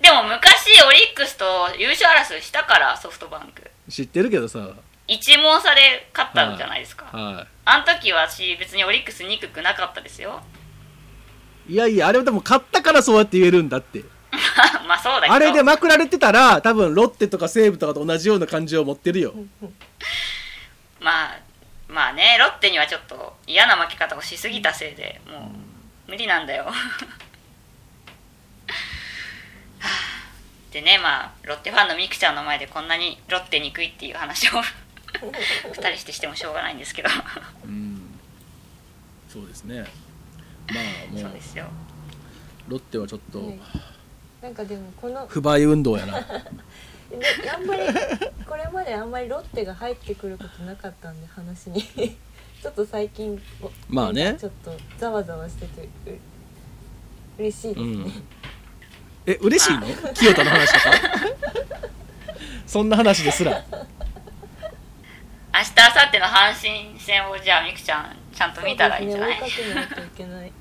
A: でも昔オリックスと優勝争いしたからソフトバンク
C: 知ってるけどさ
A: 一問差で勝ったんじゃないですか、
C: は
A: あの時は私別にオリックス憎くなかったですよ
C: いいやいやあれはでも勝ったからそうやって言えるんだって
A: まあそうだけど
C: あれでまくられてたら多分ロッテとか西武とかと同じような感情を持ってるよ
A: まあまあねロッテにはちょっと嫌な負け方をしすぎたせいでもう無理なんだよ はあでねまあロッテファンのミクちゃんの前でこんなにロッテ憎いっていう話を2人してしてもしょうがないんですけど
C: うんそうですねまあ
A: そう
C: もう
A: ですよ
C: ロッテはちょっと
D: はいなんかでもこの
C: 不買運動やな
D: ねあんまりこれまであんまりロッテが入ってくることなかったんで 話にちょっと最近お
C: まあね
D: ちょっとざわざわしててう嬉しいで
C: う
D: す、
C: んえ嬉しいの清田の話とかそんな話ですら
A: 明日明後日の阪神戦をじゃあミクちゃんちゃんと見たらいいんじゃない、
D: そうですね追いかけないといけない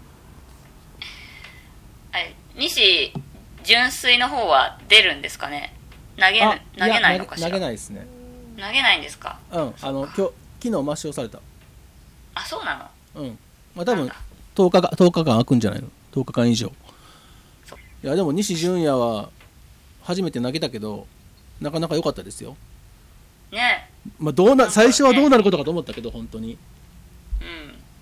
A: はい西純粋の方は出るんですかね投げ
C: あ
A: 投げないのかしら
C: や投げ投げないですね
A: 投げないんですか
C: うんあの今日昨日抹消された
A: あそうなの
C: うんまあ多分10日が10日間空くんじゃないの10日間以上
A: そう
C: いやでも西純也は初めて投げたけどなかなか良かったですよ、
A: ね
C: まあ、どうな最初はどうなることかと思ったけど本当に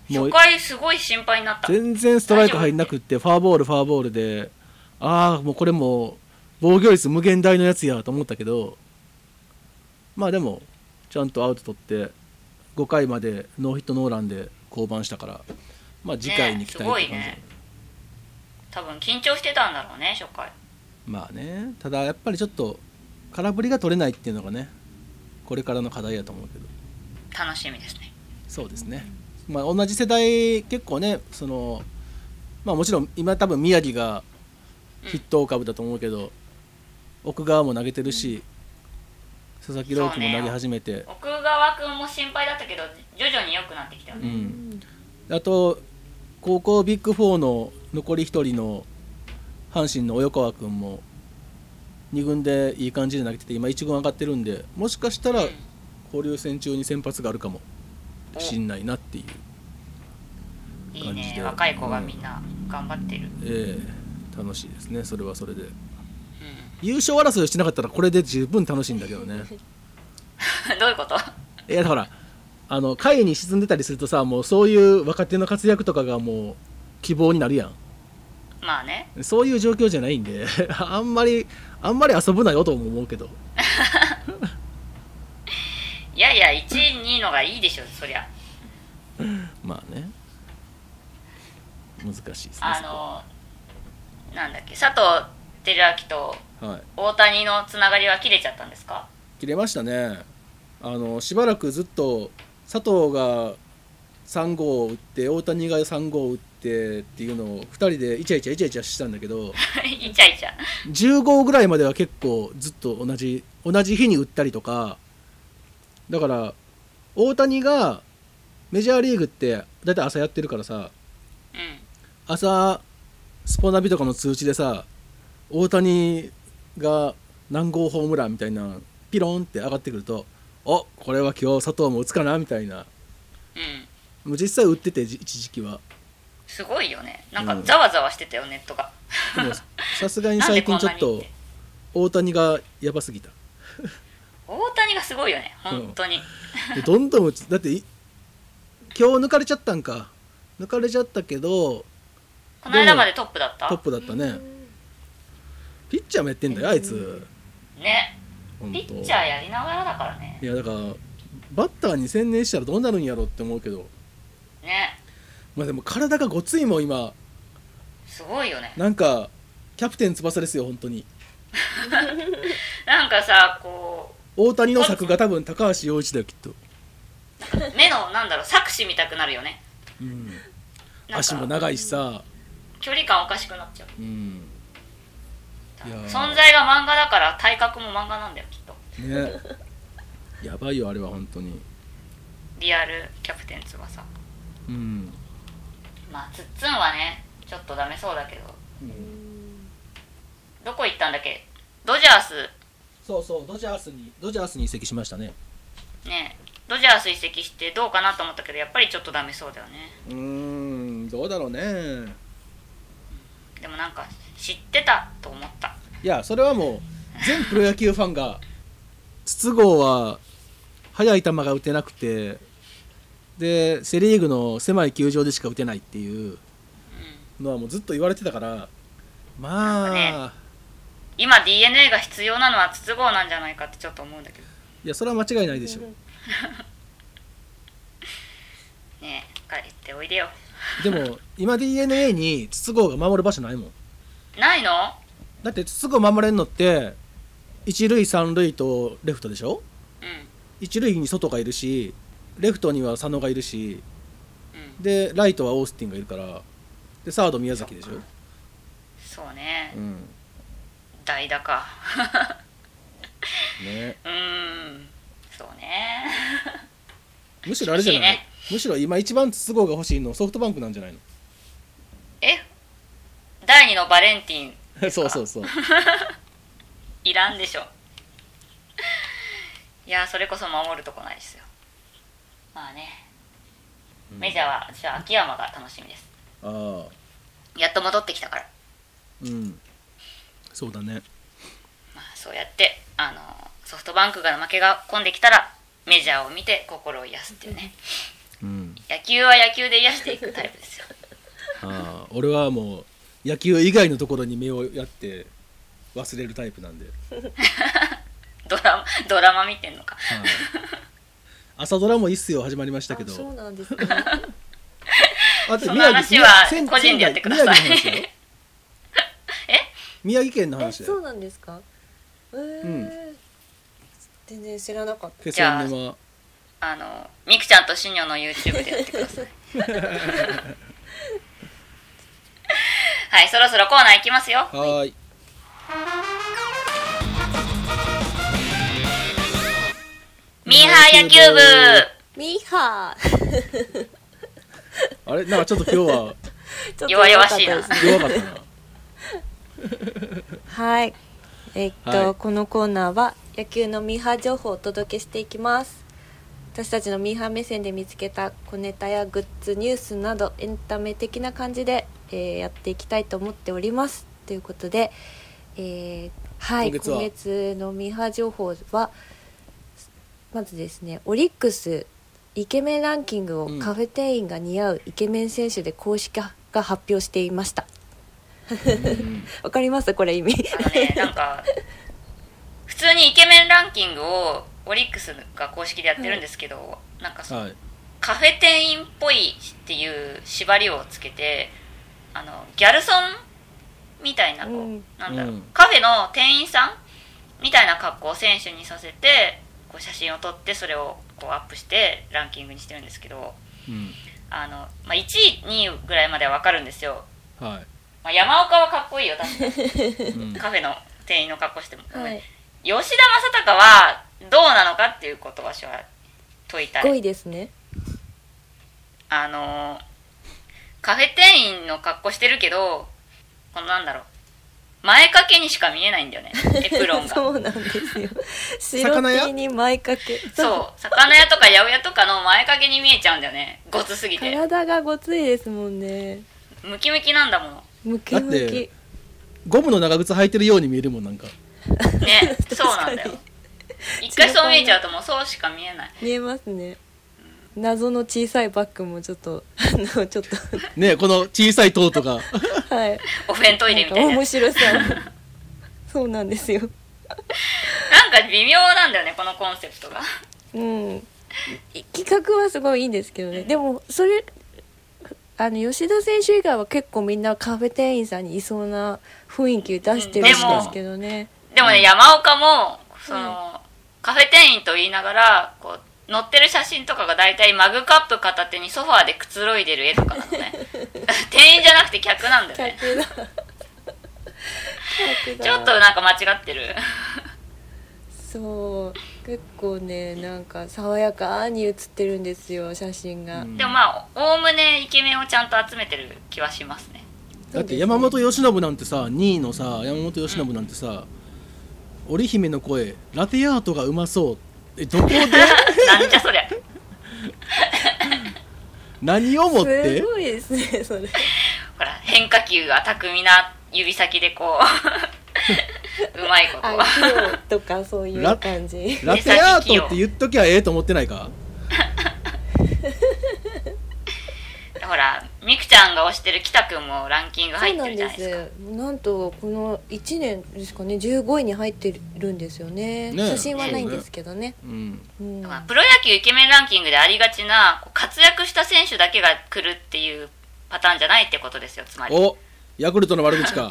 A: うん
C: もう
A: 初回すごい心配になった
C: 全然ストライク入んなくってファーボールファーボールでああもうこれもう防御率無限大のやつやと思ったけどまあでもちゃんとアウト取って5回までノーヒットノーランで降板したからまあ次回に期待って感じだよね
A: ね多分緊張してたんだろうね初回
C: まあねただやっぱりちょっと空振りが取れないっていうのがねこれからの課題やと思うけど
A: 楽しみですね
C: そうですね、まあ、同じ世代結構ねそのまあもちろん今多分宮城が筆頭株だと思うけど、奥川も投げてるし、佐々木朗希も投げ始めて
A: 奥川君も心配だったけど徐々に良くなってきたよ
C: う
A: ね、
C: んあと高校ビッグ4の残り1人の阪神の及川君も2軍でいい感じで投げてて今1軍上がってるんでもしかした
A: う
C: ら
A: ん
C: 交流戦中に先発があるかも
A: お
C: しんないなっていう、
A: いい
C: 感じ
A: ね
C: で
A: 若い子がみんな頑張ってる、うん、
C: ええ楽しいですねそれはそれで優勝争いをしてなかったらこれで十分楽しいんだけどね
A: どういうこと
C: いやだからあの下位に沈んでたりするとさもうそういう若手の活躍とかがもう希望になるやん
A: まあね
C: そういう状況じゃないんで あんまりあんまり遊ぶなよとも思うけど
A: いやいや1位2位のがいいでしょそりゃ
C: まあね難しいですね
A: あ
C: そこは
A: のなんだっけ佐藤輝明と
C: はい
A: 大谷のつながりは切れちゃったんですか
C: 切れましたねあのしばらくずっと佐藤が3号を打って大谷が3号を打ってっていうのを2人でイチャイチャイチャイチャしてたんだけど
A: イチャイチャ
C: 10号ぐらいまでは結構ずっと同じ同じ日に打ったりとかだから大谷がメジャーリーグって大体朝やってるからさ
A: うん
C: 朝スポナビとかの通知でさ大谷が何号ホームランみたいなピロンって上がってくるとおこれは今日佐藤も打つかなみたいな
A: うん
C: もう実際打っててじ一時期は
A: すごいよねなんか
C: うん
A: ざわざわしてたよネットが
C: でもさすがに最近ちょっ
A: なん
C: と
A: で
C: 大谷がやばすぎた
A: 大谷がすごいよね本当に、
C: でどんどん打つだってい今日抜かれちゃったんか抜かれちゃったけど
A: この間までトップだった
C: トップだったねピッチャーもやってんだよあいつ
A: ね
C: 本
A: ピ
C: 当
A: ッチャーやりながらだからね
C: いやだからバッターに専念したらどうなるんやろって思うけど
A: ね
C: まあでも体がごついもん今
A: すごいよね
C: なんかキャプテン翼ですよ本当に
A: なんかさこ
C: 大谷の作が多分高橋陽一だよきっと、
A: う目のなんだろう錯視見たくなるよね
C: うん、
A: なん
C: 足も
A: か
C: 長いしさ、
A: 距離感おかしくなっちゃう
C: うん、いやー
A: 存在が漫画だから体格も漫画なんだよきっと
C: ねやばいよあれは本当に
A: リアルキャプテン翼
C: うん
A: まあつっつんはねちょっとダメそうだけどどこ行ったんだっけドジャース
C: そうそうドジャースにドジャースに移籍しましたね
A: ねドジャース移籍してどうかなと思ったけどやっぱりちょっとダメそうだよね
C: うーんどうだろうね
A: でもなんか知ってたと思った
C: いやそれはもう全プロ野球ファンが筒香は速い球が打てなくてでセ・リーグの狭い球場でしか打てないっていう
A: うん
C: のはもうずっと言われてたから
A: な
C: ま
A: ん
C: あ、
A: かね今 d n a が必要なのは筒香なんじゃないかってちょっと思うんだけ
C: いやそれは間違いないでしょ
A: どね帰っておいでよ
C: でも今 d n a に筒香が守る場所ないもん
A: ないの
C: だって筒香守れんのって一塁三塁とレフトでしょ
A: う
C: 一塁に外がいるしレフトには佐野がいるし
A: んうん
C: でライトはオースティンがいるからでサード宮崎でしょ、
A: そうね
C: うん、
A: 代打か
C: ね
A: うーんそうね
C: むしろあれじゃない、
A: 欲しいね
C: むしろ今一番都合が欲しいのソフトバンクなんじゃない
A: え第二のバレンティン
C: の そうそうそう
A: いらんでしょ いやそれこそ守るとこないですよまあねメジャーは私は秋山が楽しみです
C: ああ
A: やっと戻ってきたから
C: うんそうだね
A: まあそうやってあのソフトバンクが負けが込んできたらメジャーを見て心を癒すっていうね
C: うん
A: 野球は野球で癒していくタイプですよ
C: ああ俺はもう野球以外のところに目をやって忘れるタイプなんで、
A: ドラマドラマ見てんのか
C: はい 朝ドラもいいっすよ始まりましたけど
D: あそうなんですね。
C: あ
A: そ
C: と
A: の
C: 宮
A: 話
C: 城
A: は
C: 仙
A: 個人でやってください
C: 宮城の話だよ 宮城県の
D: え、
C: 話だ
D: そう
C: よ
D: なんですか。えー全然知らなかった。
C: 気仙沼
A: あのみくちゃんとしにょの YouTube でやってくださいはいそろそろコーナーいきますよ
C: はーい
A: ミーハー野球部
D: ミーハー。
C: あれなんかちょっと今 日は
D: ちょっと
A: 弱々しいな
D: 弱かったですね
C: 弱かったな
D: はい。えっと、
C: はい
D: このコーナーは野球のミーハー情報をお届けしていきます。私たちのミーハー目線で見つけた小ネタやグッズニュースなどエンタメ的な感じで、えーやっていきたいと思っておりますということで、えーはい
C: 今月は
D: 今月のミーハー情報はまずですねオリックスイケメンランキングを
C: うん
D: カフェ店員が似合うイケメン選手で公式が発表していました
C: うん
D: わかりますこれ意味
A: あのねなんか普通にイケメンランキングをオリックスが公式でやってるんですけど、なんかその
C: はい
A: カフェ店員っぽいっていう縛りをつけてあのギャルソンみたいなこう、
D: うん
A: なんだろう、
C: うん
A: カフェの店員さんみたいな格好を選手にさせてこう写真を撮ってそれをこうアップしてランキングにしてるんですけど
C: うん
A: あの、まあ、1位2位ぐらいまでは分かるんですよ、
C: は
A: まあ、山岡はかっこいいよ確かに
C: い、うん
A: カフェの店員の格好しても、
D: はい
A: 吉田正尚はどうなのかっていうことわしは問いたい
D: 5位ですね
A: あのーカフェ店員の格好してるけどこのなんだろう前掛けにしか見えないんだよ ねエプロンがそ
D: そううなんで すよ白
C: 魚屋
D: T に前掛け
A: 魚屋とか八百屋とかの前掛けに見えちゃうんだよねごつすぎて
D: 体がごついですもんね
A: ムキムキなんだもの
D: ムキム
C: だっ
D: キ
C: てゴムの長靴履いてるように見えるもんなんか
A: ねそうなんだよ一回そう見えちゃうともうそうしか見えない
D: 見えますね謎の小さいバッグもちょっとあのちょ っと
C: ねこの小さい塔とか
D: はい
A: お弁トイレみたいな
D: なんか面
A: やつ
D: 白さそうなんですよ
A: なんか微妙なんだよねこのコンセプトが
D: うんい企画はすごいいいんですけどねでもそれあの吉田選手以外は結構みんなカフェ店員さんにいそうな雰囲気出してるんですけどね
A: でもね、山岡もその、カフェ店員と言いながらこう載ってる写真とかが大体マグカップ片手にソファーでくつろいでる絵とかなのね店員じゃなくて客なんだよ
D: 客
A: ね
D: だ客だ
A: ちょっとなんか間違ってる
D: そう結構ねなんか爽やかに写ってるんですよ写真が、
C: うん
A: でもまあおおむねイケメンをちゃんと集めてる気はしますね
C: だって山本由伸なんてさ2位のさ山本由伸なんてさ織姫の声ラテアートがうまそうえど こで
A: なんじゃそりゃ
C: 何をもっ
D: す
C: て
D: ごいですね それ
A: ほら変化球が巧みな指先でこううまいこと
D: 愛嬌とかそういう感じ
C: ラテアートって言っときゃええと思ってないか
A: ほらみくちゃんが推してる北くんもランキング
D: そ
A: 入
D: う
A: っ
D: な
A: てる
D: ん
A: じゃ
D: で
A: ないですか
D: すなんとこの1年ですかね15位に入ってるんですよね
C: ねえ
D: 写真はないんですけどね
C: うん
D: うん
A: まあプロ野球イケメンランキングでありがちなこう活躍した選手だけが来るっていうパターンじゃないってことですよつまりだか
C: おヤクルトの悪口 か
A: ら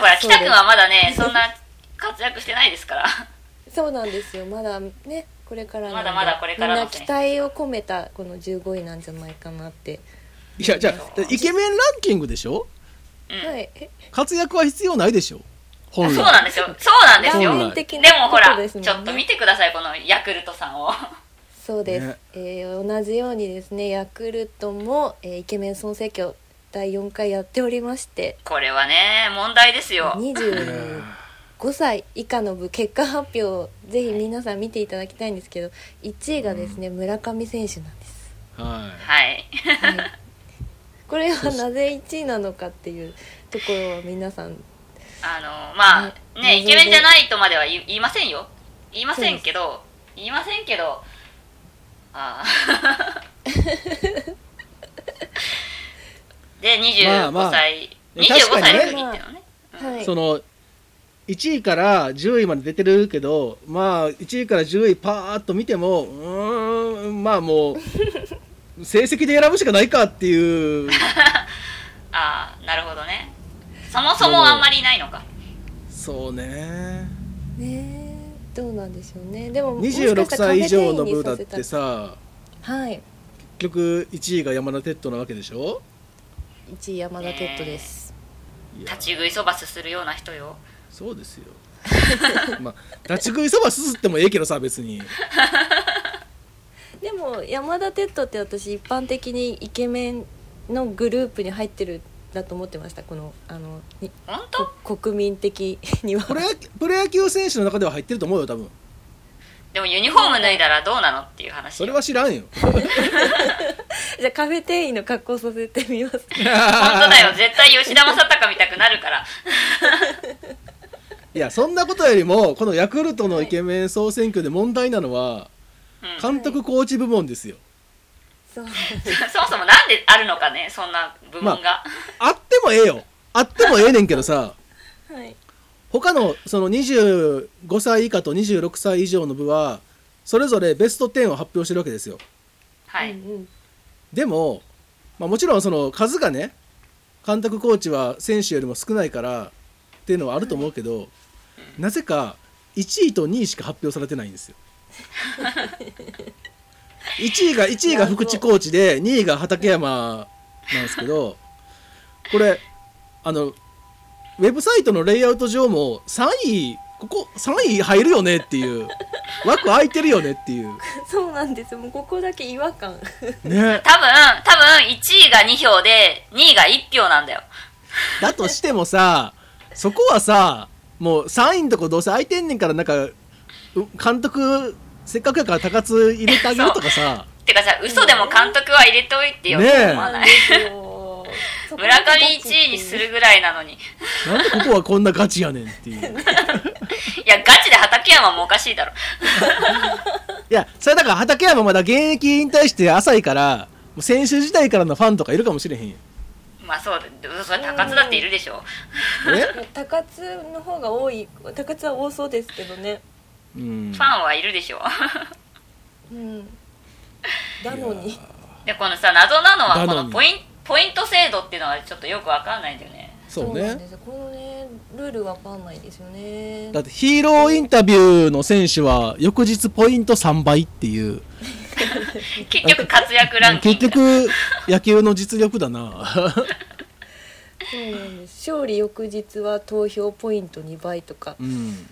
A: ほら
D: そうです
A: 北くんはまだねそんな活躍してないですから
D: そうなんですよまだねこれからなんで
A: まだまだこれから
D: みん
A: の
D: な期待を込めたこの15位なんじゃないかなって、
C: いやじゃあイケメンランキングでしょ
A: うん
D: はいえ
C: 活躍は必要ないでしょ本来
A: そうなんですよそうなんです
C: そう
A: よ
C: なん
A: で
C: だ
D: 断片的
A: も
D: な
A: ほ
D: こ
A: ら
D: とです
A: ち
D: もんね
A: ょっと見てくださいこのヤクルトさんを
D: そうです、
C: ね
D: えー同じようにですねヤクルトも、えーイケメン総選挙第4回やっておりまして
A: これはね問題ですよ
D: 25歳以下の部結果発表をぜひ皆さん見ていただきたいんですけど1位がですね、村上選手なんです、
C: はい
A: はい
D: はい、これはなぜ1位なのかっていうところは皆さん
A: あのまあね
D: ね
A: イケメンじゃないとまでは言い言いませんよ言いませんけど言いませんけどああ で
C: ま
A: 25
C: あ
A: 歳、
C: まあ
A: 25
C: 確か
A: 歳の時っ
C: にね
A: てのね、
D: はい
C: その1位から10位まで出てるけどまあ1位から10位パーッと見てもうーんまあもう成績で選ぶしかないかっていう
A: ああなるほどねそもそもあんまりいないのか
C: そうね
D: ねえどうなんでしょうねでも
C: 26歳以上の部だって
D: もしかしたら
C: さ
D: 亀店員にさせたはい
C: 結局1位が山田哲人なわけでしょ
D: 1位山田哲人です、
C: いや
A: 立ち食いそばすするような人よ
C: そうですよ まあ立ち食いそばすすってもええけどさ別に
D: でも山田哲人って私一般的にイケメンのグループに入ってるんだと思ってましたこのあのに
A: 本当
D: こ国民的には
C: プロ野プロ野球選手の中では入ってると思うよ多分
A: でもユニフォーム脱いだらどうなのっていう話
C: それは知らんよ 本
D: じゃあカフェ店員の格好させてみます
C: 当
A: 本当だよ絶対吉田正尚見たくなる から
C: いやそんなことよりもこのヤクルトのイケメン総選挙で問題なのは
A: うん
C: 監督コーチ部門ですよ
D: そう
A: そもそもなんであるのかねそんな部門が、
C: あってもええよあってもええねんけどさ
D: はい
C: 他のその25歳以下と26歳以上の部はそれぞれベスト10を発表してるわけですよ
A: はい、
D: うんうん
C: でも、まあ、もちろんその数がね監督コーチは選手よりも少ないからっていうのはあると思うけど、なぜか1位と2位しか発表されてないんですよ。1位が1位が福地コーチで2位が畠山なんですけどこれあのウェブサイトのレイアウト上も3位ここ3位入るよねっていう枠空いてるよねっていう
D: そうなんですもうここだけ違和感
C: ね
A: 多分多分1位が2票で2位が1票なんだよ
C: だとしてもさそこはさもう3位のとこどうせ空いてんねんからなんかう監督せっかくやから高津入れてあげるとかさ
A: てかさ嘘でも監督は入れといてよっ
C: ね
A: て
C: え
A: 思わ
D: なん
A: な
D: で
A: い、
D: すよそこ
A: 村
D: だけ
A: 上
D: ガチっていう
A: 1位にするぐらいなのにい
C: なんでここはこんなガチやねんっていう
A: やガチで畠山もおかしいだろ
C: いやそれだから畠山まだ現役引退して浅いからもう選手時代からのファンとかいるかもしれへんよ
A: まあそうだそれ高津だっているでしょ
C: え、
D: 高津の方が多い高津は多そうですけどね
C: うん、
A: ファンはいるでしょ
D: うんだの
C: い
D: に
A: で
C: や
A: このさ謎なの
C: な
A: は
C: の
A: こ
C: に
A: のポインポイント制度っていうのはちょっとよくわかんないんだよね
C: そう
D: なんで
C: ね
D: すよこのねルールわかんないですよね
C: だってヒーローインタビューの選手は翌日ポイント3倍っていう
A: 結局活躍ランキン
C: 結
A: グ
C: 局野球の実力だな
D: そうなんです勝利翌日は投票ポイント2倍とか
C: う、ん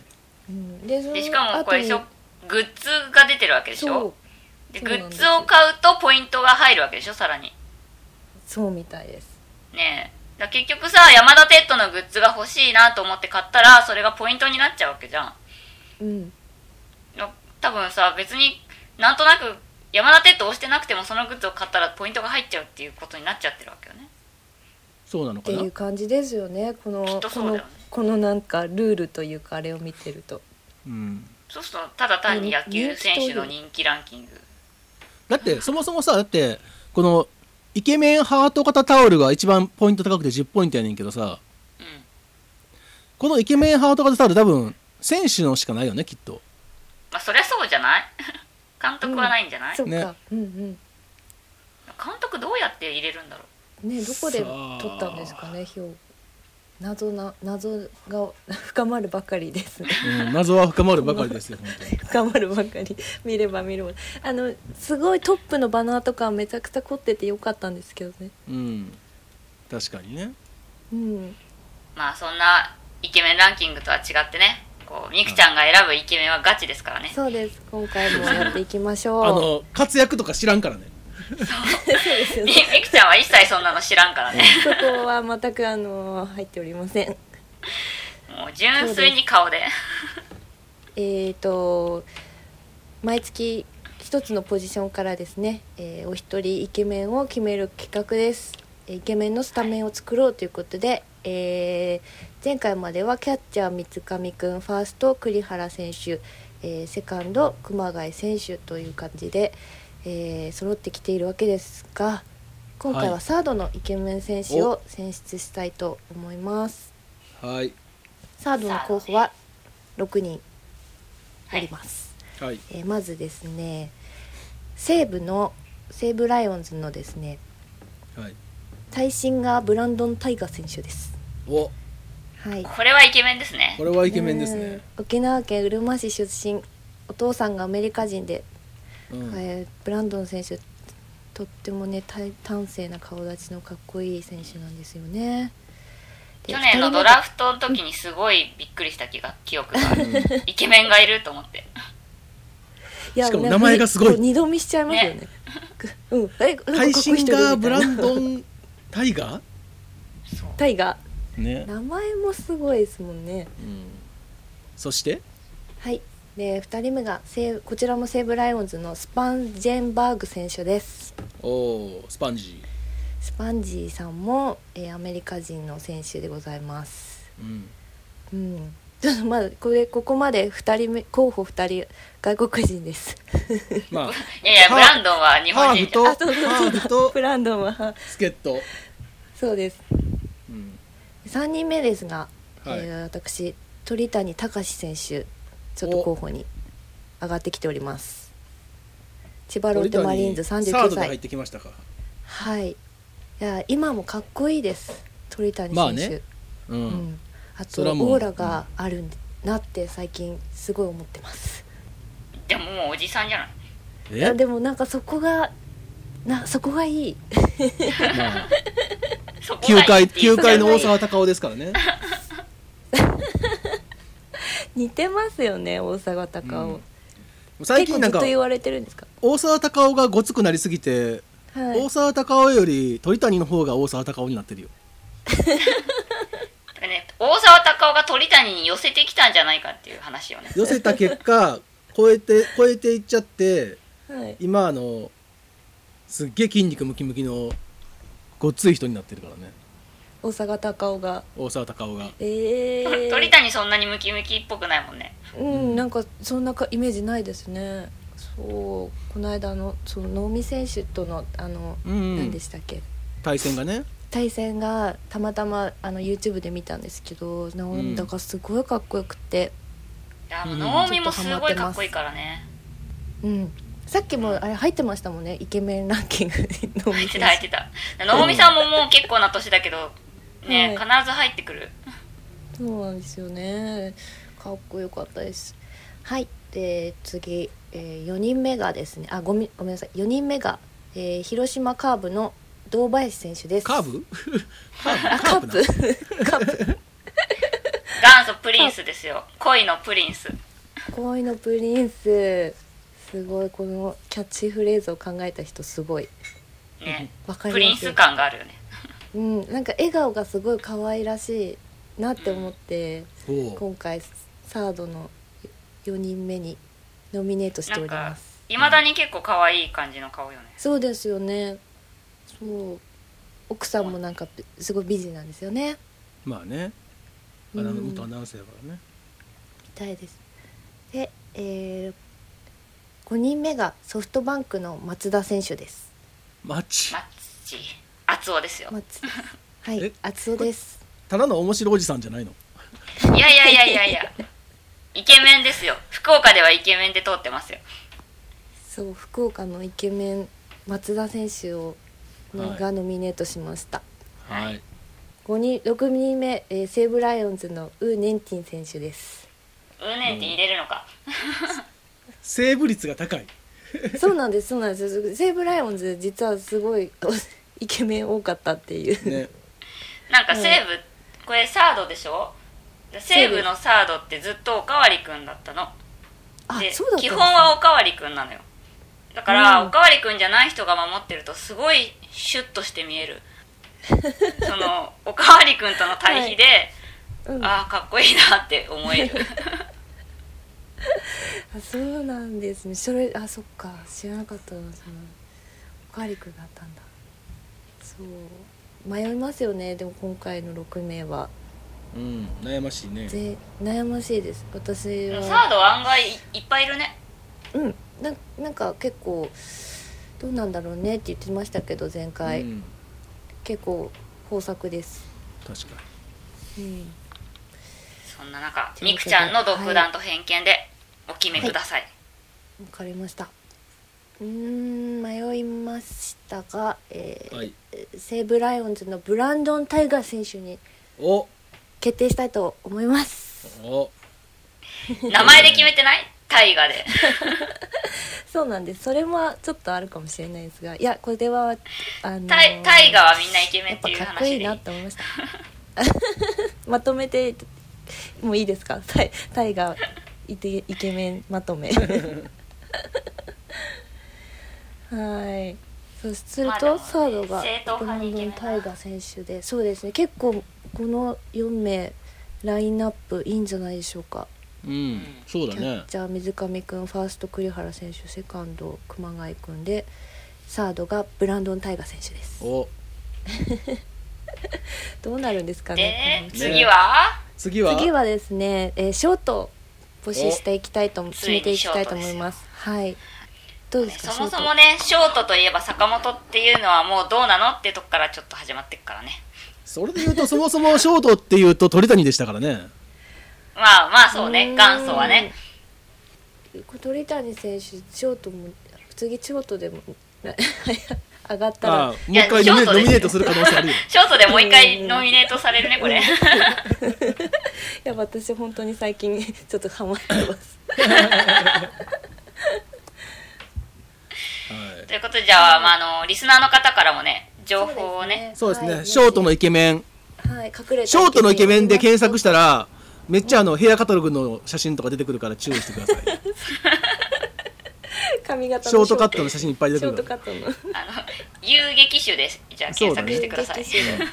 D: うん、でその
A: でしかもこれでしょ
D: 後
A: グッズが出てるわけで
D: に
A: し
D: そう
A: ょで
D: そ
A: グ
D: うな
A: ッ
D: んです
A: ズを買うとポイントが入るわけでしょさらに
D: そうみたいです
A: ねえだ結局さ山田テッドのグッズが欲しいなと思って買ったらそれがポイントになっちゃうわけじゃん
D: うん
A: だ多分さ別になんとなく山田テッド押してなくてもそのグッズを買ったらポイントが入っちゃうっていうことになっちゃってるわけよね
C: そうなの
D: っ
C: か
D: て
C: な
D: いう感じですよねこの
A: きっと
D: こ
A: そうだよ
D: の
A: ね
D: このなんかルールというかあれを見てると
C: うん
A: そうするとただ単に野球選手の人気ランキング
C: だってそもそもさだってこのイケメンハート型タオルが一番ポイント高くて10ポイントやねんけどさ
A: うん
C: このイケメンハート型タオル多分選手のしかないよねきっと
A: まあそりゃそうじゃない 監督はないんじゃない、
D: そっか、
C: ね
D: うん
A: 監督どうやって入れるんだろう
D: うんねどこで
C: さあ
D: 取ったんですかね票謎な謎が 深まるばかりですね
C: うん謎は深まるばかりですよ本当に
D: 深まるばかり見れば見るほどあのすごいトップのバナーとかはめちゃくちゃ凝っててよかったんですけどね
C: うん確かにね
D: うん
A: まあそんなイケメンランキングとは違ってねこうみくちゃんが選ぶイケメンはガチですからね、
D: そうです今回もやっていきましょう
C: あの活躍とか知らんからね
D: そうですよ
A: み
D: ね
A: みくちゃんは一切そんなの知らんからね
D: そこは全くあの入っておりません
A: もう純粋に顔で
D: えー、と毎月一つのポジションからですね、えーお一人イケメンを決める企画ですえーイケメンのスタメンを作ろうということで、えー前回まではキャッチャー三上くんファースト栗原選手、えーセカンド熊谷選手という感じで、えー揃ってきているわけですが今回
C: は
D: はいサードのイケメン選手を選出したいと思います、
C: はい
D: サードの候補は6人おります、
C: はい
D: えーまずですね西武の西武ライオンズのですね
C: はい
D: 最新がブランドン・タイガー選手です
C: お
D: はい
A: これはイケメンですね
C: これはイケメンですね
D: うん沖縄県うるま市出身お父さんがアメリカ人で、
C: うん
D: えーブランドン選手とってもねた端正な顔立ちのかっこいい選手なんですよねで
A: 去年
D: 二人
A: の
D: 目
A: ドラフトの時にすごいびっくりした気が記憶があるイケメンがいると思って
D: いや
C: しかも
D: なん
C: 名前がすごい
D: こう二度見しちゃいますよね
A: ね
D: うんえなんかかっこい
C: 会
D: い人いる
C: 心
D: みたいな
C: がブランドンタイガ
A: そう
D: タイガ
C: ーね
D: ー、名前もすごいですもんね
C: うん、そして
D: はい。で2人目が西こちらも西武ライオンズのスパンジェンバーグ選手です
C: おおスパンジ
D: スパンジーさんも、えーアメリカ人の選手でございます
C: ー、うん、
D: うんちょっとまだこれここまで2人目候補2人外国人です
C: まあ
A: いやいやブランドンは日
C: ハ
A: 本
C: ー
A: 人
C: フ
A: じゃん
C: と
D: あそうそうそう
C: ハーフ と
D: ブランドンは
C: 助っ人、
D: そうです
C: うん、
D: 3人目ですが、
C: はい
D: えー私鳥谷隆選手ちょっと候補に上がってきております千葉ロッテマリーンズ
C: 鳥谷サー
D: 39
C: ドで入
D: 歳
C: ってきましたか
D: はい。いや今もかっこいいです。鳥谷選手。
C: まあねうん、
D: うん。あと
C: それはもう
D: オーラがあるなって最近すごい思ってます。
A: でももうおじさんじゃない
D: い や
C: え
D: でもなんかそこがなそこがい い。
C: まあ
A: そこ
C: 球
A: がいい
C: 界
A: って言
C: 球
A: っちゃう
C: 界の大沢たかおですからね
D: 似てますよね大阪高尾。
C: うん最近なんか
D: 結構ずっと言われてるんですか。
C: 大沢たかおがごつくなりすぎて、
D: はい
C: 大。沢たかおより鳥谷の方が大沢たかおになってるよ
A: ね大沢たかおが鳥谷に寄せてきたんじゃないかっていう話をね
C: 寄せた結 果超えて超えていっちゃって
D: はい。
C: 今あのすっげえ筋肉ムキムキのごっつい人になってるからね
D: 大阪高尾が。
C: 大沢たかおが
D: ええ
A: 鳥谷そんなにムキムキっぽくないもんね
D: うんなんかそんなかイメージないですね。そうこの間のその能見選手とのあの、
C: うんうん
D: 何でしたっけ
C: 対戦がね
D: 対戦がたまたまあの YouTube で見たんですけどなんだかすごいかっこよくて、
A: いや
C: うん
A: 能見もすごいかっこいいからね
D: うん、さっきもあれ入ってましたもんねイケメンランキングに能
A: 入
D: 見
A: って
D: 選
A: た入って
D: 手
A: た能見さんももう結構な年だけどね、
D: は
A: 必ず入ってくる
D: そうなんですよねかっこよかったですはいで次、えー、4人目がですねあごめんごめんなさい4人目が、えー広島カーブの堂林選手です
C: カー ブ
D: あカープカープ
A: 元祖プリンスですよ恋のプリンス
D: 恋のプリンスすごいこのキャッチフレーズを考えた人すごい
A: ね
D: わかります
A: プリンス感があるよね
D: うんなんか笑顔がすごい可愛らしいなって思って、
C: おう
D: 今回サードの4人目にノミネートしております
A: いまだに結構可愛い感じの顔よね
D: そうですよねそう奥さんもなんかすごい美人なんですよね
C: まあねアナウン
D: うん
C: 元アナウンサーだからね
D: みたいですで、えー、5人目がソフトバンクの松田選手です
C: マッチ
A: マッチ厚尾ですよ
D: 松 は
C: え
D: い厚尾です
C: ただの面白いおじさんじゃないの
A: いやいやいやいやいやイケメンですよ福岡ではイケメンで通ってますよ
D: そう福岡のイケメン松田選手を、ね
C: はい
D: がノミネートしました
A: はい
C: はい
D: 5人6人目、えー西武ライオンズのウー・ネンティン選手 です
A: ウーネンティン入れるのか
C: セーブ率が高い
D: そうなんですそうなんです西武ライオンズ実はすごい イケメン多かったっていう、
C: ね
A: なんか西武、これサードでしょ西武のサードってずっとおかわりくんだったの
D: あ
A: で
D: そうだったんですね
A: 基本はおかわりくんなのよだから、
D: うん
A: おかわりくんじゃない人が守ってるとすごいシュッとして見える そのおかわりくんとの対比で、
D: うん、あ
A: ああかっこいいなって思え る
D: そうなんですねそれあそっか知らなかったなそのおかわりくんだったんだそう迷いますよねでも今回の6名は
C: うん悩ましいね
D: で悩ましいです私は
A: サードは案外いいっぱいいるね
D: うん、ななんか結構どうなんだろうねって言ってましたけど前回、
C: うん
D: 結構豊作です、
C: 確か
D: うん、
A: そんな中
D: という
A: み
D: こ
A: く
D: とで
A: ちゃんの独断と偏見でお決めください、
D: わかりましたうーん迷いましたが、えー
C: にはい
D: 西武ライオンズのブランドン・タイガー選手に
C: お
D: 決定したいと思います
C: お
A: 名前で決めてない大河 で
D: そうなんですそれもちょっとあるかもしれないですがいやこれはあのー
A: タイ大河はみんなイケメ
D: や
A: ン
D: っ
A: って
D: ぱ
A: いう
D: かっこ
A: 話で
D: い
A: い
D: い
A: い
D: なって思いました まとめてもういいですかタイタイガーイケイケメンま とめはいそうする
A: まあで
D: と
A: も
D: サードが
A: 正統
D: ブラ
A: 派に
D: ン
A: イケ
D: ド
A: メン
D: ン・
A: な
D: タイガー選手でそうですね結構この4名ラインナップいいんじゃないでしょうか
C: うんそうだ
D: キャ
C: ね
D: ッチャー水上くんファースト栗原選手セカンド熊谷くんでサードがブランドン・タイガー選手です
C: お
D: どうなるんですかね
A: で
D: このうち
A: 次は
C: 次は
D: 次はですね、えーショートを募集していきたいと決めていきたいと思いますはいどうですか
A: そもそ
D: ショ
A: も
D: ー
A: ねショートといえば坂本っていうのはもうどうなのっていうとこからちょっと始まってくからね
C: それで言うとそもそもショートっていうと鳥谷でしたからね
A: まあまあ
D: ト
A: そうね元祖はね
D: うん鳥谷選手ショートも次ショートでもな 上がった
C: ああ
D: ら
C: もう一回
A: いや
C: ノミ
A: ショートですよ
C: ノミネートする可能性あるよ
A: ショートでもう一回ノミネートされるねこれ
D: いや私本当に最近ちょっとハマってます
C: はい
A: ということでじゃあ,、まあ、あのリスナーの方からもね 情報をね
C: そうです
D: は
C: ね
D: い
C: ショートのイケメン
D: はい隠れた
C: ショートのイケメンで検索
D: し
C: したらめっちゃあのヘアカタログの写真とか出てくるから注意してください
D: 髪型の
C: ショートカットの写真いっぱい出
D: シ
C: て
D: ョー
C: く
D: ト
C: る
D: カ
C: か
D: ットの
A: あの遊撃手でじゃあ検索してください、
D: そうだね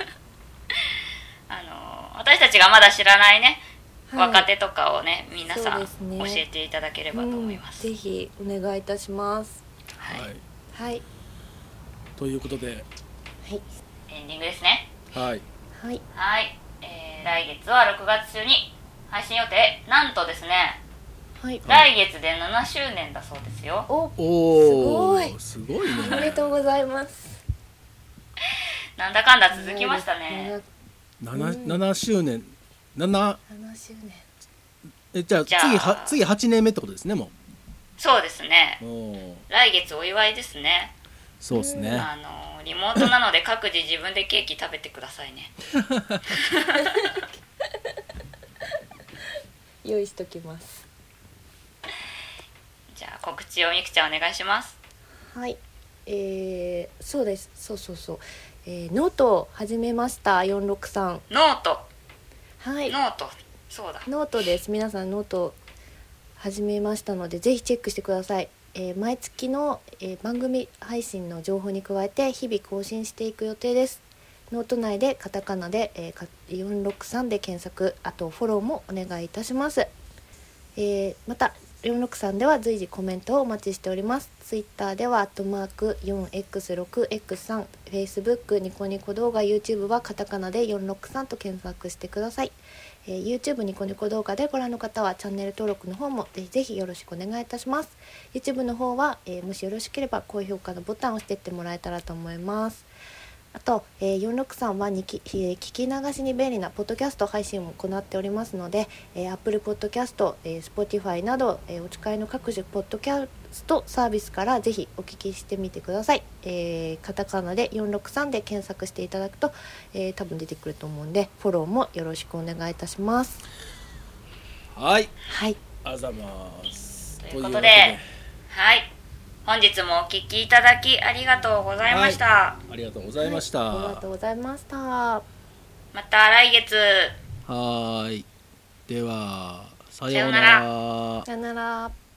A: あの私たちがまだ知らないね、
D: はい
A: 若手とかをね皆さん
D: そう
A: 教
D: ですね
A: えていただければと思います、
D: うんぜひお願いいたします
A: は
C: ら、
A: い
C: はい、
D: はい
C: ということで
D: はい
A: エンディングですね
C: はい
D: はい
A: はい、えー来月は6月中に配信予定なんとですね
D: はい
A: 来月で7周年だそうですよ
D: お
C: おお
D: すごい
C: すごいね
D: おめでとうございます
A: なんだかんだ続きましたね
C: 七七周年七
D: 7周年
C: えじゃあ
A: じゃあ
C: 次は次八年目ってことですねも
A: そうですね
C: うおー
A: 来月お祝いですね
C: そうですね
A: あのリモートなので各自自分でケーキ食べてくださいね
D: 用意しときます
A: じゃあ告知をみくちゃんお願いします
D: はいえー、そうですそうそうそう、えー、ノートを始めました463
A: ノート
D: はい
A: ノートそうだ
D: ノートです皆さんノートを始めましたのでぜひチェックしてください、えー毎月の、えー番組配信の情報に加えて日々更新していく予定ですノート内でカタカナで、えーか463で検索あとフォローもお願いいたします、えーまた463では随時コメントをお待ちしておりますツイッターではアットマーク 4x6x3 Facebook ニコニコ動画 YouTube はカタカナで463と検索してくださいえー YouTube ニコニコ動画でご覧の方はチャンネル登録の方もぜひぜひよろしくお願いいたします YouTube の方は、えーもしよろしければ高評価のボタンを押してってもらえたらと思いますあと、えー、463はにき、えー聞き流しに便利なポッドキャスト配信も行っておりますので、えー、Apple Podcast、えー Spotify など、えーお使いの各種ポッドキャストサービスからぜひお聞きしてみてください、えーカタカナで463で検索していただくと、えー多分出てくると思うんでフォローもよろしくお願いいたします
C: はい
D: はい
C: あざます
A: ということではい本日もお聞きいただきありがとうございました、
C: ありがとうございました
D: ありがとうございましたさ
A: また来月
C: はーいではさ
A: よ
C: よ
A: う
C: う
A: な
C: な
A: ら
C: ら
D: よなら